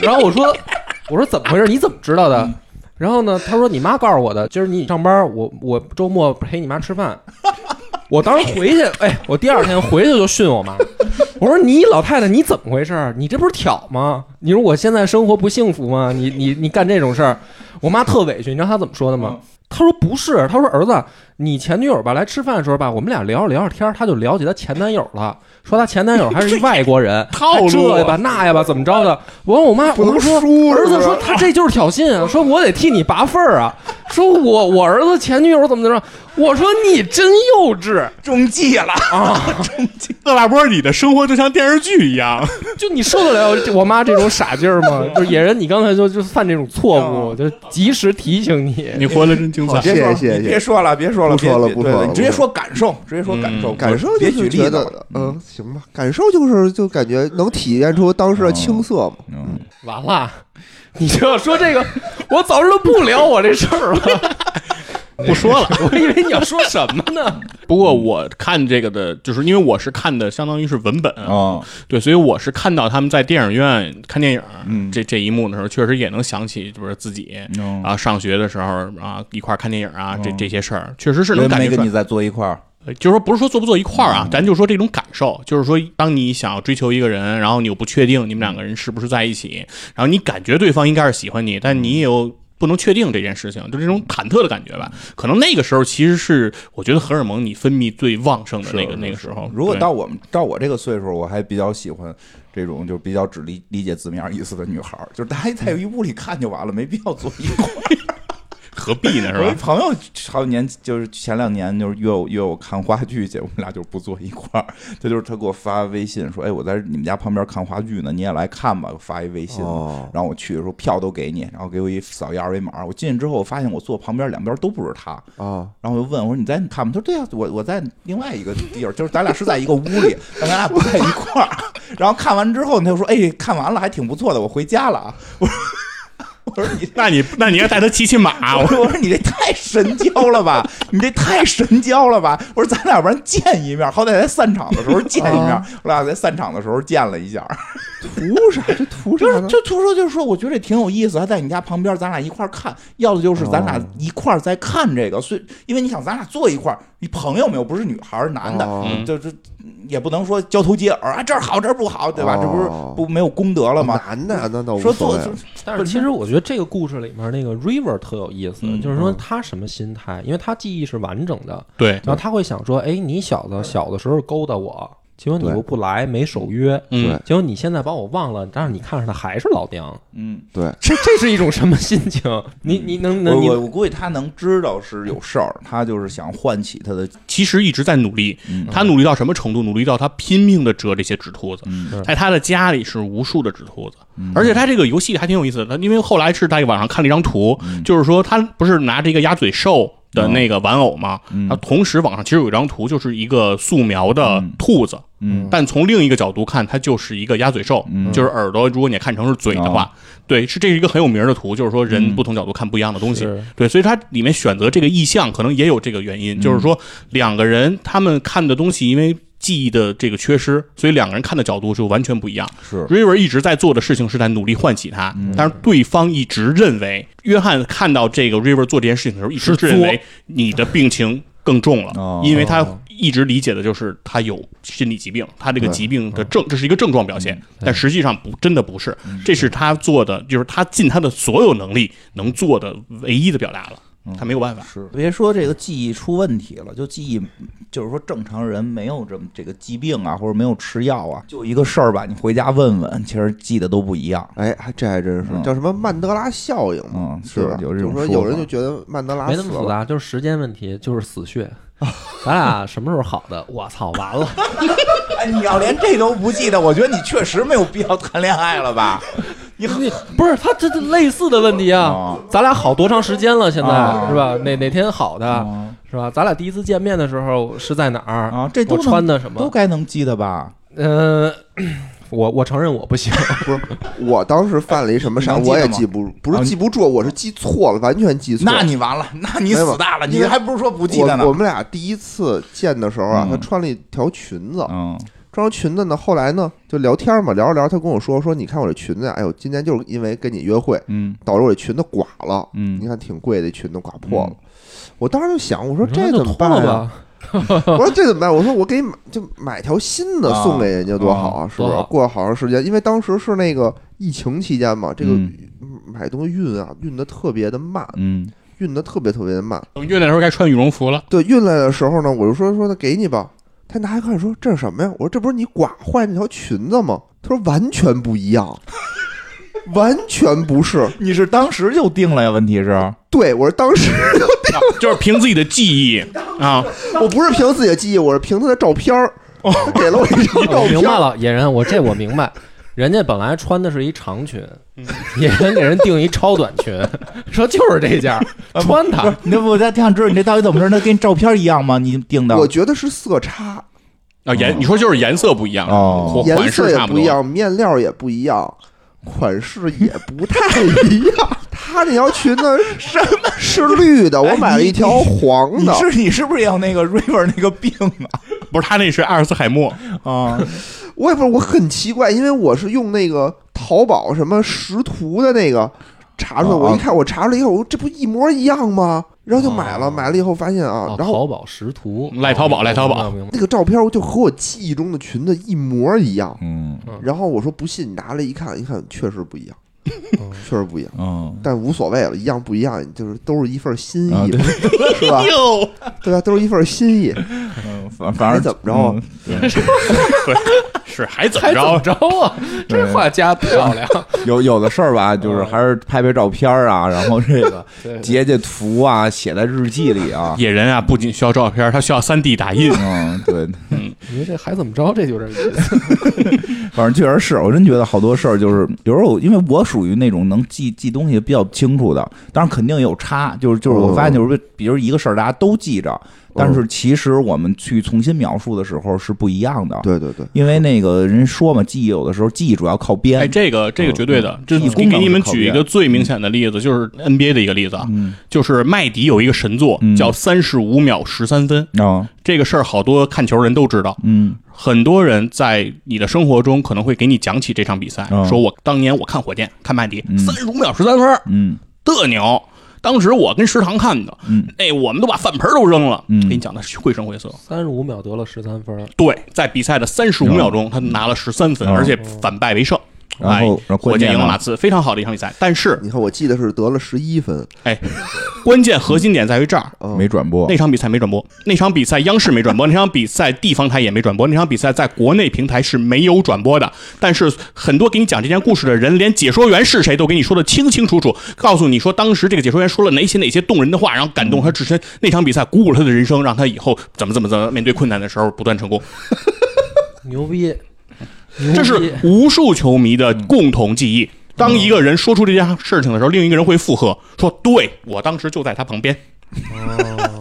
[SPEAKER 2] 然后我说我说怎么回事？你怎么知道的？然后呢，她说你妈告诉我的，今儿你上班，我我周末陪你妈吃饭。我当时回去，哎，我第二天回去就训我妈，我说你老太太你怎么回事儿？你这不是挑吗？你说我现在生活不幸福吗？你你你干这种事儿，我妈特委屈，你知道她怎么说的吗
[SPEAKER 1] 嗯？
[SPEAKER 2] 她说不是，她说儿子，你前女友吧，来吃饭的时候吧，我们俩聊着聊着天儿，她就聊起她前男友了，说她前男友还是一外国 人，哎
[SPEAKER 3] 套路
[SPEAKER 2] 这呀吧那呀吧，怎么着的？我问我妈，我
[SPEAKER 4] 能
[SPEAKER 2] 妈说
[SPEAKER 4] 输
[SPEAKER 2] 儿
[SPEAKER 4] 是
[SPEAKER 2] 子
[SPEAKER 4] 吧
[SPEAKER 2] 说他这就是挑衅 啊，说我得替你拔份儿啊，说我我儿子前女友怎么怎么着，我说你真幼稚，
[SPEAKER 1] 中计了。
[SPEAKER 3] 恶霸波，你的生活就像电视剧一样。
[SPEAKER 2] 就你受得了我妈这种傻劲儿 吗？就是野人，你刚才就就犯这种错
[SPEAKER 4] 嗯
[SPEAKER 2] 误，就及时提醒你。
[SPEAKER 3] 你活得真精彩。
[SPEAKER 4] 谢谢
[SPEAKER 1] 别
[SPEAKER 4] 谢
[SPEAKER 1] 说
[SPEAKER 4] 谢
[SPEAKER 1] 了别说了，别说了，
[SPEAKER 4] 不说了
[SPEAKER 1] 别
[SPEAKER 4] 不
[SPEAKER 1] 对
[SPEAKER 4] 说了
[SPEAKER 1] 你直接说感受，直接说感受，
[SPEAKER 3] 嗯
[SPEAKER 4] 感受
[SPEAKER 1] 别
[SPEAKER 4] 就
[SPEAKER 1] 举
[SPEAKER 4] 是
[SPEAKER 1] 例
[SPEAKER 4] 觉
[SPEAKER 1] 子了
[SPEAKER 4] 得，。嗯，行吧，感受就是就感觉能体验出当时的青涩嘛。
[SPEAKER 1] 嗯，
[SPEAKER 2] 完了，你就要说这个，我早知道不聊我这事儿了，
[SPEAKER 3] 不说 了。
[SPEAKER 2] 我以为你要说什么呢？
[SPEAKER 3] 不过我看这个的，就是因为我是看的，相当于是文本，啊
[SPEAKER 1] 哦，
[SPEAKER 3] 对，所以我是看到他们在电影院看电影
[SPEAKER 1] 嗯
[SPEAKER 3] 这这一幕的时候，确实也能想起就是自己
[SPEAKER 1] 嗯
[SPEAKER 3] 啊上学的时候啊一块儿看电影啊这这些事儿，确实是能
[SPEAKER 1] 人
[SPEAKER 3] 感
[SPEAKER 1] 没
[SPEAKER 3] 觉出
[SPEAKER 1] 跟
[SPEAKER 3] 来
[SPEAKER 1] 你。在嗯坐一块儿，
[SPEAKER 3] 呃就是说不是说坐不坐一块儿啊，咱就说这种感受，就是说当你想要追求一个人，然后你又不确定你们两个人是不是在一起，然后你感觉对方应该是喜欢你，但
[SPEAKER 1] 嗯
[SPEAKER 3] 你也有。不能确定这件事情，就这种忐忑的感觉吧。可能那个时候其实是，我觉得荷尔蒙你分泌最旺盛的那个那个时候。
[SPEAKER 1] 如果
[SPEAKER 3] 对
[SPEAKER 1] 到我们到我这个岁数，我还比较喜欢这种就比较只理理解字面意思的女孩儿，就是大家在
[SPEAKER 3] 嗯
[SPEAKER 1] 一屋里看就完了，没必要坐 一块儿。
[SPEAKER 3] 何必呢？是
[SPEAKER 1] 我一
[SPEAKER 3] 吧？
[SPEAKER 1] 朋友好几年，就是前两年就是约我约我看话剧去，我们俩就不坐一块儿。他就是他给我发微信说：“哎，我在你们家旁边看话剧呢，你也来看吧。”我发一微信，
[SPEAKER 4] 哦，
[SPEAKER 1] 然后我去的时候票都给你，然后给我一扫一二维码。我进去之后，我发现我坐旁边两边都不是他，
[SPEAKER 4] 啊，
[SPEAKER 1] 然后我就问我说：“你在看吗？”他说：“对啊，我我在另外一个地儿，就是咱俩是在一个屋里，但咱俩不在一块儿。” 然后看完之后，他就说：“哎，看完了还挺不错的，我回家了啊。” 我说：“我说你。”
[SPEAKER 3] 那你那你要带他骑骑马，
[SPEAKER 1] 我
[SPEAKER 3] 啊 我
[SPEAKER 1] 说我说你这太神交了吧，你这太神交了吧！我说咱俩不然见一面，好歹在散场的时候见一面
[SPEAKER 4] 啊，
[SPEAKER 1] 我俩在散场的时候见了一下。
[SPEAKER 4] 图啥？这图啥
[SPEAKER 1] 就是
[SPEAKER 4] 呢？
[SPEAKER 1] 就图说就是说，我觉得这挺有意思，还在你家旁边，咱俩一块儿看。要的就是咱俩
[SPEAKER 4] 哦
[SPEAKER 1] 一块儿在看这个，所以因为你想，咱俩坐一块儿，你朋友们又不是女孩儿，男的，
[SPEAKER 4] 哦
[SPEAKER 1] 就就也不能说交头接耳啊，这儿好这儿不好，对吧？
[SPEAKER 4] 哦
[SPEAKER 1] 这不是不没有功德了吗？
[SPEAKER 4] 男的那倒无
[SPEAKER 1] 说
[SPEAKER 4] 所
[SPEAKER 1] 坐
[SPEAKER 4] 谓
[SPEAKER 1] 就
[SPEAKER 4] 了。
[SPEAKER 2] 但是其实我觉得这个故事里面那个 River 特有意思，
[SPEAKER 1] 嗯
[SPEAKER 2] 就是说他什么心态，因为他记忆是完整的，
[SPEAKER 3] 对，
[SPEAKER 2] 然后他会想说，哎，你小子小的时候勾搭我，结果你又不来，没守约，
[SPEAKER 3] 嗯，
[SPEAKER 2] 结果你现在把我忘了，但是你看上的还是老娘，
[SPEAKER 1] 嗯，
[SPEAKER 4] 对，
[SPEAKER 2] 这这是一种什么心情？你你能
[SPEAKER 1] 我
[SPEAKER 2] 能
[SPEAKER 1] 我
[SPEAKER 2] 你
[SPEAKER 1] 我估计他能知道是有事儿，他就是想唤起他的
[SPEAKER 3] 其实一直在努力。
[SPEAKER 1] 嗯
[SPEAKER 3] 他努力到什么程度？努力到他拼命的折这些纸秃子，
[SPEAKER 1] 嗯
[SPEAKER 3] 在他的家里是无数的纸秃子
[SPEAKER 1] 嗯，
[SPEAKER 3] 而且他这个游戏还挺有意思的。他因为后来是在网上看了一张图，
[SPEAKER 1] 嗯
[SPEAKER 3] 就是说他不是拿着一个鸭嘴兽的那个玩偶吗？
[SPEAKER 1] 嗯
[SPEAKER 3] 然后同时网上其实有一张图，就是一个素描的兔子，
[SPEAKER 1] 嗯
[SPEAKER 3] 但从另一个角度看，它就是一个鸭嘴兽，
[SPEAKER 1] 嗯哦
[SPEAKER 3] 就是耳朵。如果你看成是嘴的话，对，是这是一个很有名的图，就是说
[SPEAKER 1] 嗯
[SPEAKER 3] 人不同角度看不一样的东西。
[SPEAKER 2] 是
[SPEAKER 3] 对，所以它里面选择这个意象，可能也有这个原因，就是说两个人他们看的东西，因为。记忆的这个缺失，所以两个人看的角度就完全不一样。
[SPEAKER 1] 是
[SPEAKER 3] River 一直在做的事情是在努力唤起他，
[SPEAKER 4] 嗯
[SPEAKER 3] 但是对方一直认为约翰看到这个 River 做这件事情的时候，一直
[SPEAKER 2] 是作
[SPEAKER 3] 认为你的病情更重了，
[SPEAKER 1] 哦
[SPEAKER 3] 因为他一直理解的就是他有心理疾病，他这个疾病
[SPEAKER 4] 嗯
[SPEAKER 3] 的症，这是一个症状表现，但实际上不真的不是，这是他做的，就是他尽他的所有能力能做的唯一的表达了，
[SPEAKER 4] 嗯
[SPEAKER 3] 他没有办法。
[SPEAKER 1] 是，别说这个记忆出问题了，就记忆，就是说正常人没有这么这个疾病啊，或者没有吃药啊，就一个事儿吧，你回家问问，其实记得都不一样。
[SPEAKER 4] 哎，还这还真是
[SPEAKER 1] 嗯
[SPEAKER 4] 叫什么曼德拉效应嘛？
[SPEAKER 1] 嗯，
[SPEAKER 4] 对吧
[SPEAKER 1] 有这
[SPEAKER 4] 就
[SPEAKER 1] 种
[SPEAKER 4] 说
[SPEAKER 1] 法
[SPEAKER 4] 有人就觉得曼德拉
[SPEAKER 2] 没
[SPEAKER 4] 死
[SPEAKER 2] 那么复
[SPEAKER 4] 了，
[SPEAKER 2] 杂，就是时间问题，就是死穴。咱俩什么时候好的？我操，完了！
[SPEAKER 1] 哎，你要连这都不记得，我觉得你确实没有必要谈恋爱了吧？你
[SPEAKER 2] 你不是他这这类似的问题啊
[SPEAKER 1] 哦，
[SPEAKER 2] 咱俩好多长时间了？现在
[SPEAKER 1] 哦
[SPEAKER 4] 啊
[SPEAKER 2] 是吧？哪哪天好的
[SPEAKER 1] 啊
[SPEAKER 2] 是吧？咱俩第一次见面的时候是在哪儿
[SPEAKER 1] 啊，这都
[SPEAKER 2] 我
[SPEAKER 1] 能
[SPEAKER 2] 穿的什
[SPEAKER 1] 都
[SPEAKER 2] 么？
[SPEAKER 1] 该能记得吧？
[SPEAKER 2] 嗯， 我我承认我 不行，
[SPEAKER 4] 不是？我当时犯了一什么傻，
[SPEAKER 1] 你能记
[SPEAKER 4] 我
[SPEAKER 1] 得
[SPEAKER 4] 也
[SPEAKER 1] 吗
[SPEAKER 4] 记不，不
[SPEAKER 1] 啊
[SPEAKER 4] 是
[SPEAKER 1] 你
[SPEAKER 4] 记不住，我是记错了，完全记错。
[SPEAKER 1] 那你完了，那你
[SPEAKER 4] 没有
[SPEAKER 1] 死大了，
[SPEAKER 4] 因为
[SPEAKER 1] 你还不是说不记得呢
[SPEAKER 4] 我我？们俩第一次见的时候啊
[SPEAKER 1] 嗯，
[SPEAKER 4] 她穿了一条裙子，
[SPEAKER 1] 嗯，
[SPEAKER 4] 穿上裙子呢，后来呢就聊天嘛，聊着聊，她跟我说说，你看我这裙子啊，哎呦，今天就是因为跟你约会，
[SPEAKER 1] 嗯
[SPEAKER 4] 导致我这裙子剐了，
[SPEAKER 1] 嗯
[SPEAKER 4] 你看挺贵的裙子剐破了。我当时就想，我说这
[SPEAKER 2] 就
[SPEAKER 4] 怎么
[SPEAKER 2] 脱
[SPEAKER 4] 办
[SPEAKER 2] 了
[SPEAKER 4] 啊？
[SPEAKER 2] 吧？
[SPEAKER 4] 我说这怎么办？我说我给你买，就买条新的
[SPEAKER 1] 啊
[SPEAKER 4] 送给人家多好啊，是不
[SPEAKER 2] 多
[SPEAKER 4] 是
[SPEAKER 2] 好？
[SPEAKER 4] 过了好长时间，因为当时是那个疫情期间嘛，这个
[SPEAKER 1] 嗯
[SPEAKER 4] 买东西运啊，运的特别的慢，
[SPEAKER 1] 嗯
[SPEAKER 4] 运的特别特别的慢。
[SPEAKER 3] 等月亮的时候该穿羽绒服了，
[SPEAKER 4] 对，运来的时候呢，我就说说那给你吧。他拿一看说这是什么呀？我说这不是你刮坏那条裙子吗？他说完全不一样，完全不是。
[SPEAKER 1] 你是当时就定了呀？问题是，
[SPEAKER 4] 对我说当时
[SPEAKER 3] 就是凭自己的记忆啊，
[SPEAKER 4] 我不是凭自己的记忆，我是凭他的照片儿，他给了我一张 照
[SPEAKER 2] 我哦明
[SPEAKER 4] 片
[SPEAKER 2] 白
[SPEAKER 4] 儿。
[SPEAKER 2] 了，野人，我这我明白。人家本来穿的是一长裙，
[SPEAKER 3] 嗯
[SPEAKER 2] 野人给人定一超短 裙，说就是这件儿，
[SPEAKER 3] 啊
[SPEAKER 2] 穿
[SPEAKER 1] 不是
[SPEAKER 2] 它。
[SPEAKER 1] 你这我在挺想知道你这到底怎么回事？那跟你照片一样吗？你定的？
[SPEAKER 4] 我觉得是色差，
[SPEAKER 3] 啊颜，你说就是颜色不一样，
[SPEAKER 1] 哦
[SPEAKER 3] 款
[SPEAKER 4] 哦颜
[SPEAKER 3] 款
[SPEAKER 4] 色
[SPEAKER 3] 式
[SPEAKER 4] 也
[SPEAKER 3] 差
[SPEAKER 4] 不
[SPEAKER 3] 多
[SPEAKER 4] 一，样，面料也不一样，款式也不太一样。 他那条裙子是是绿的，我
[SPEAKER 1] 哎
[SPEAKER 4] 买了
[SPEAKER 1] 你
[SPEAKER 4] 一条
[SPEAKER 1] 你
[SPEAKER 4] 黄
[SPEAKER 1] 你
[SPEAKER 4] 的。
[SPEAKER 1] 是你是不是也有那个 River 那个病
[SPEAKER 3] 不是他那是阿尔茨海默，
[SPEAKER 1] 啊？啊，
[SPEAKER 4] 我也不是，我很奇怪，因为我是用那个淘宝什么识图的那个查出来，
[SPEAKER 1] 哦
[SPEAKER 4] 我一看，我查出来以后，我说这不一模一样吗？然后就买了，买了以后发现啊
[SPEAKER 2] 哦，
[SPEAKER 4] 然后
[SPEAKER 2] 淘宝识图，
[SPEAKER 3] 赖淘宝
[SPEAKER 2] 哦
[SPEAKER 3] 赖淘宝
[SPEAKER 2] 明白明白
[SPEAKER 4] 那个照片就和我记忆中的裙子一模一样。
[SPEAKER 1] 嗯
[SPEAKER 4] 然后我说不信，拿来一看，一看确实不一样，
[SPEAKER 2] 嗯
[SPEAKER 4] 确实不一样。
[SPEAKER 1] 嗯，
[SPEAKER 4] 但无所谓了，一样不一样，就是都是一份心意，
[SPEAKER 1] 啊对
[SPEAKER 4] 是吧？
[SPEAKER 3] 哟，
[SPEAKER 4] 对吧？都是一份 心意。
[SPEAKER 1] 嗯反反正
[SPEAKER 4] 还怎么着啊
[SPEAKER 1] 嗯
[SPEAKER 3] 是还怎么
[SPEAKER 2] 还怎么
[SPEAKER 3] 着？
[SPEAKER 2] 着 啊？这话加漂 亮，啊
[SPEAKER 1] 有有的事儿吧，就是还是拍拍照片儿啊，然后这 个
[SPEAKER 2] 对
[SPEAKER 1] 截截图啊，写在日记里 啊。
[SPEAKER 3] 野人啊，不仅需要照片，他需要三 D 打印。
[SPEAKER 1] 嗯，对，
[SPEAKER 2] 你说这还怎么着？这有点意思。
[SPEAKER 1] 反正确实是我真觉得好多事儿就是，比如说我，因为我属于那种能记记东西比较清楚的，当然肯定有差，就是就是我发现就是，比如一个事儿大家都记着，但是其实我们去重新描述的时候是不一样的。，
[SPEAKER 4] 对对对，
[SPEAKER 1] 因为那个人说嘛，记忆有的时候记忆主要靠编。
[SPEAKER 3] 哎，这个这个绝对的，这
[SPEAKER 1] 嗯
[SPEAKER 3] 给给你们举一个最明显的例子，就是 NBA 的一个例子啊，
[SPEAKER 1] 嗯，
[SPEAKER 3] 就是麦迪有一个神作
[SPEAKER 1] 嗯
[SPEAKER 3] 叫三十五秒十三分，
[SPEAKER 1] 哦，
[SPEAKER 3] 这个事儿好多看球人都知道，
[SPEAKER 1] 嗯，
[SPEAKER 3] 很多人在你的生活中可能会给你讲起这场比赛，
[SPEAKER 1] 嗯
[SPEAKER 3] 说我当年我看火箭看麦迪
[SPEAKER 1] 嗯
[SPEAKER 3] 三十五秒十三分
[SPEAKER 1] 嗯，
[SPEAKER 3] 特牛。当时我跟食堂看的，
[SPEAKER 1] 嗯，
[SPEAKER 3] 哎，我们都把饭盆都扔了。
[SPEAKER 1] 嗯
[SPEAKER 3] 给你讲的是绘声绘色。
[SPEAKER 2] 三十五秒得了十三分，
[SPEAKER 3] 对，在比赛的三十五秒钟，他拿了十三分，
[SPEAKER 1] 嗯
[SPEAKER 3] 而且反败为胜。
[SPEAKER 1] 然后
[SPEAKER 3] 哎
[SPEAKER 1] 然后
[SPEAKER 3] 火
[SPEAKER 1] 关
[SPEAKER 3] 箭
[SPEAKER 1] 键
[SPEAKER 3] 赢
[SPEAKER 1] 呢
[SPEAKER 3] 了马刺，非常好的一场比赛。但是，
[SPEAKER 4] 你看我记得是得了十一分，
[SPEAKER 3] 哎，关键核心点在于这儿，
[SPEAKER 4] 嗯
[SPEAKER 1] 没转播
[SPEAKER 3] 那，场比赛没转播，那场比赛央视没 转播，那场比赛地方台也没转播，那场比赛在国内平台是没有转播的。但是很多给你讲这件故事的人，连解说员是谁都给你说的清清楚楚，告诉你说当时这个解说员说了哪些哪些动人的话，然后感动他至深。那场比赛鼓舞了他的人生，让他以后怎么怎么怎么面对困难的时候不断成功。
[SPEAKER 2] 牛 逼！牛
[SPEAKER 3] 这
[SPEAKER 2] 逼
[SPEAKER 1] 嗯
[SPEAKER 3] 是无数球迷的共同记忆。当一个人说出这件事情的时候，另一个人会附和说：“对我当时就在他旁边。
[SPEAKER 2] 哦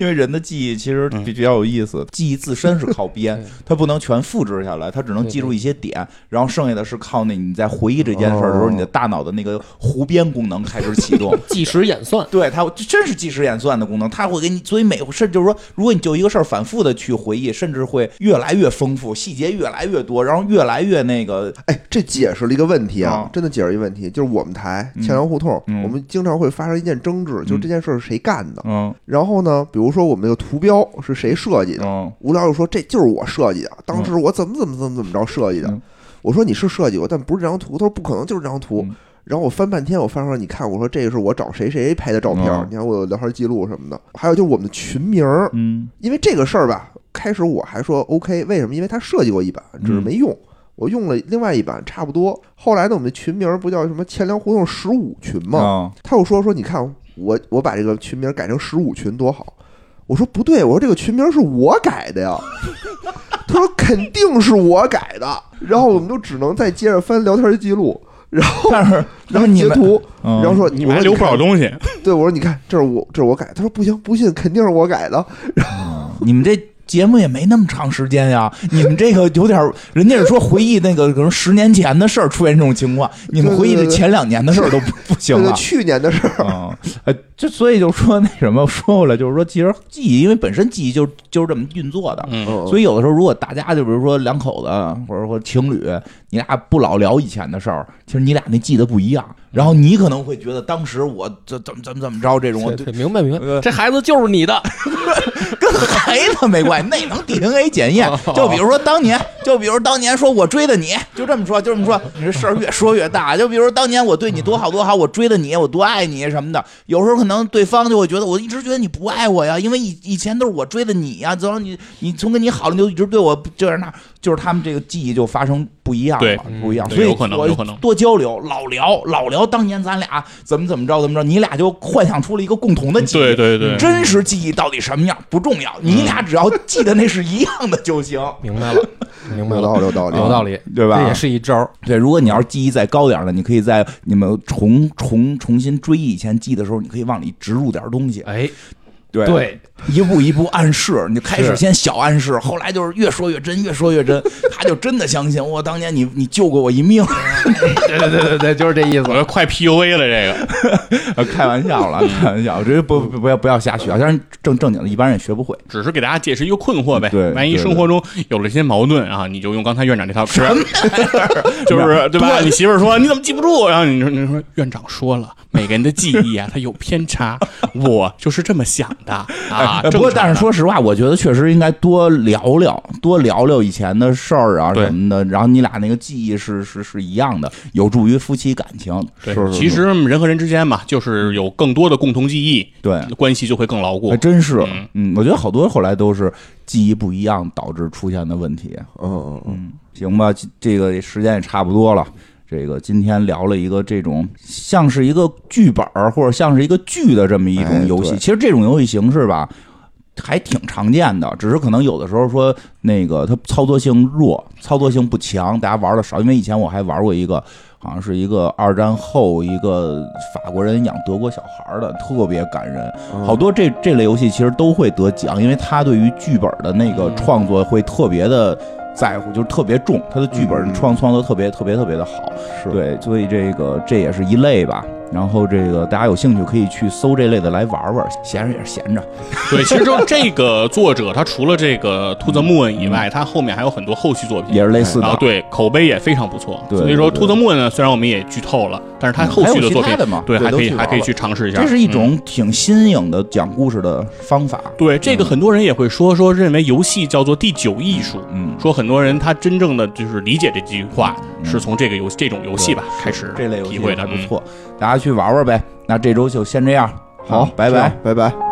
[SPEAKER 1] 因为人的记忆其实比比较有意思，记忆自身是靠编
[SPEAKER 2] 对，
[SPEAKER 1] 它不能全复制下来，它只能
[SPEAKER 2] 对
[SPEAKER 1] 记住一些点，然后剩下的是靠那你在回忆这件事儿的时候，
[SPEAKER 4] 哦
[SPEAKER 1] 你的大脑的那个胡编功能开始启动。
[SPEAKER 2] 计时演算，
[SPEAKER 1] 对它真是计时演算的功能，它会给你，所以每甚至就是说，如果你就一个事儿反复的去回忆，甚至会越来越丰富，细节越来越多，然后越来越那个
[SPEAKER 4] 哎，这解释了一个问题啊
[SPEAKER 1] 啊，
[SPEAKER 4] 真的解释一个问题，就是我们台
[SPEAKER 1] 嗯
[SPEAKER 4] 前粮胡同
[SPEAKER 1] 嗯，
[SPEAKER 4] 我们经常会发生一件争执，就是
[SPEAKER 1] 嗯
[SPEAKER 4] 这件事儿是谁干的。
[SPEAKER 1] 嗯
[SPEAKER 4] 然后呢，比如说我们那个图标是谁设计的，
[SPEAKER 1] 嗯
[SPEAKER 4] 无聊就说这就是我设计的，当时我怎么怎么怎么怎么着设计的。
[SPEAKER 1] 嗯
[SPEAKER 4] 我说你是设计过，但不是这张图。他说不可能就是这张图。
[SPEAKER 1] 嗯
[SPEAKER 4] 然后我翻半天，我翻出来，你看，我说这个是我找谁谁拍的照片，
[SPEAKER 1] 嗯
[SPEAKER 4] 你看我有聊天记录什么的。还有就是我们的群名儿，
[SPEAKER 1] 嗯
[SPEAKER 4] 因为这个事儿吧，开始我还说 OK，为什么？因为他设计过一版，只
[SPEAKER 1] 嗯
[SPEAKER 4] 是没用。我用了另外一版，差不多。后来呢，我们的群名儿不叫什么“钱粮胡同十五群”吗？
[SPEAKER 1] 啊
[SPEAKER 4] 他又说说你看我我把这个群名改成十五群多好，我说不对，我说这个群名是我改的呀， 他说肯定是我改的，然后我们就只能再接着翻聊天记录，然后
[SPEAKER 1] 但是
[SPEAKER 4] 然后
[SPEAKER 1] 你
[SPEAKER 4] 截
[SPEAKER 1] 们
[SPEAKER 4] 图，
[SPEAKER 1] 嗯
[SPEAKER 4] 然后说
[SPEAKER 3] 你
[SPEAKER 4] 我
[SPEAKER 3] 们
[SPEAKER 4] 说
[SPEAKER 3] 还留不少
[SPEAKER 4] 看
[SPEAKER 3] 东西，
[SPEAKER 4] 对，我说你看这是我这是我改的，他说不行不信肯定是我改的，
[SPEAKER 1] 你们这节目也没那么长时间呀，你们这个有点儿，人家是说回忆那个可能十年前的事儿出现这种情况，你们回忆的前两年的事儿都不 不行
[SPEAKER 4] 这个
[SPEAKER 1] 了。
[SPEAKER 4] 去年的事儿，
[SPEAKER 1] 嗯，呃，这所以就说那什么，说回来就是说，其实记忆，因为本身记忆就就是这么运作的，
[SPEAKER 3] 嗯，
[SPEAKER 4] 嗯
[SPEAKER 1] 所以有的时候如果大家就比如说两口子或者说情侣，你俩不老聊以前的事儿，其实你俩那记得不一样，然后你可能会觉得当时我这怎么怎么怎么着这种，我
[SPEAKER 2] 对对，明白明
[SPEAKER 1] 呃
[SPEAKER 2] 白，这孩子就是你的，
[SPEAKER 1] 跟孩子没关系，那能 DNA 检验。
[SPEAKER 3] 哦
[SPEAKER 1] 就比如说当年，就比如当年说我追的你，就这么说，就这么说，你这事儿越说越大。就比如当年我对你多好多好，我追的你，我多爱你什么的。有时候可能对方就会觉得，我一直觉得你不爱我呀，因为以以前都是我追的你呀，然后你你从跟你好了，你就一直对我不这样那样，就是他们这个记忆就发生不一样
[SPEAKER 3] 对嗯
[SPEAKER 1] 了，不一样。
[SPEAKER 3] 对
[SPEAKER 1] 所以
[SPEAKER 3] 有可能
[SPEAKER 1] 我
[SPEAKER 3] 有可能
[SPEAKER 1] 多交流，老聊老聊当年咱俩怎么怎么着怎么着，你俩就幻想出了一个共同的记忆。
[SPEAKER 3] 对对对，
[SPEAKER 1] 真实记忆到底什么样不重要，你俩只要记得那是一样的就行，
[SPEAKER 2] 明白了，
[SPEAKER 1] 嗯
[SPEAKER 2] 明白
[SPEAKER 4] 有
[SPEAKER 2] 了
[SPEAKER 4] 道，理有道理，
[SPEAKER 2] 有道理，
[SPEAKER 1] 对吧
[SPEAKER 2] 这也是一招儿，
[SPEAKER 1] 对，如果你要是记忆再高点儿的，你可以在你们重重重新追忆以前记的时候，你可以往里植入点儿东西。
[SPEAKER 2] 哎，
[SPEAKER 1] 对，
[SPEAKER 2] 对，
[SPEAKER 1] 一步一步暗示，你就开始
[SPEAKER 2] 是
[SPEAKER 1] 先小暗示，后来就是越说越真，越说越真，他就真的相信我当年你你救过我一命。
[SPEAKER 2] 对对对对对，就是这意
[SPEAKER 3] 我
[SPEAKER 2] 思。
[SPEAKER 3] 说快 PUA 了这个，
[SPEAKER 1] 呃 开玩笑了，开玩笑，我觉得不不不要不要瞎学，但是正正经的一般人也学不会。
[SPEAKER 3] 只是给大家解释一个困惑呗
[SPEAKER 1] 对。
[SPEAKER 3] 万一
[SPEAKER 1] 对
[SPEAKER 3] 生活中有了一些矛盾啊，你就用刚才院长这套吃， 就
[SPEAKER 1] 没有
[SPEAKER 3] 是对吧？你媳妇儿说你怎么记不住，然后你说你说院长说了，每个人的记忆啊，它有偏差，我就是这么想的啊。
[SPEAKER 1] 呃不过，
[SPEAKER 3] 正常的
[SPEAKER 1] 但是说实话，我觉得确实应该多聊聊，多聊聊以前的事儿啊
[SPEAKER 3] 对
[SPEAKER 1] 什么的。然后你俩那个记忆是是是一样的，有助于夫妻感情。
[SPEAKER 3] 对
[SPEAKER 1] 是，是
[SPEAKER 3] 其实人和人之间嘛，就是有更多的共同记忆，
[SPEAKER 1] 对，
[SPEAKER 3] 关系就会更牢固
[SPEAKER 1] 还。真是
[SPEAKER 3] 嗯，
[SPEAKER 1] 嗯，我觉得好多后来都是记忆不一样导致出现的问题。
[SPEAKER 4] 嗯嗯嗯，
[SPEAKER 1] 嗯，行吧，这这个时间也差不多了。这个今天聊了一个这种像是一个剧本儿或者像是一个剧的这么一种
[SPEAKER 4] 哎
[SPEAKER 1] 游戏，
[SPEAKER 4] 对
[SPEAKER 1] 其实这种游戏形式吧。还挺常见的，只是可能有的时候说那个它操作性弱，操作性不强，大家玩的少。因为以前我还玩过一个，好像是一个二战后一个法国人养德国小孩儿的，特别感人。
[SPEAKER 4] 嗯
[SPEAKER 1] 好多
[SPEAKER 3] 哦
[SPEAKER 1] 这这类游戏其实都会得奖，因为它对于剧本的那
[SPEAKER 3] 嗯
[SPEAKER 1] 个创作会特别的在乎，就是特别重，它的剧本
[SPEAKER 4] 嗯
[SPEAKER 1] 创创作特别特别特别的好。
[SPEAKER 4] 是
[SPEAKER 1] 对，所以这个这也是一类吧。然后这个大家有兴趣可以去搜这类的来玩玩，闲着也是闲着。
[SPEAKER 3] 对，其实就这个作者，他除了这个《To the Moon》以外，他后面还有很多后续作
[SPEAKER 1] 嗯
[SPEAKER 3] 品
[SPEAKER 1] 也。是类似
[SPEAKER 3] 然后
[SPEAKER 1] 的。
[SPEAKER 3] 对口碑也非常不错，
[SPEAKER 1] 对
[SPEAKER 3] 所以说《
[SPEAKER 1] 对嗯
[SPEAKER 3] To the Moon》呢，虽然我们也剧透了，但是他后续
[SPEAKER 1] 还有其
[SPEAKER 3] 作
[SPEAKER 1] 他
[SPEAKER 3] 品
[SPEAKER 1] 的嘛
[SPEAKER 3] 对
[SPEAKER 1] 对
[SPEAKER 3] 还可
[SPEAKER 1] 都
[SPEAKER 3] 以
[SPEAKER 1] 去
[SPEAKER 3] 还
[SPEAKER 1] 玩
[SPEAKER 3] 可以去尝试一下。
[SPEAKER 1] 这是一
[SPEAKER 3] 嗯
[SPEAKER 1] 种挺新颖的讲故事的方法。嗯
[SPEAKER 3] 对这个很多人也会说说认为游戏叫做第九艺术，
[SPEAKER 1] 嗯，
[SPEAKER 3] 说很多人他真正的就是理解这句话是从这个游这种游戏吧开始
[SPEAKER 1] 这类游戏
[SPEAKER 3] 体会的
[SPEAKER 1] 还不
[SPEAKER 3] 嗯
[SPEAKER 1] 错，大家去玩玩呗。那这周就先这样，
[SPEAKER 4] 好，
[SPEAKER 1] 拜
[SPEAKER 4] 这
[SPEAKER 1] 拜
[SPEAKER 4] 样。拜拜。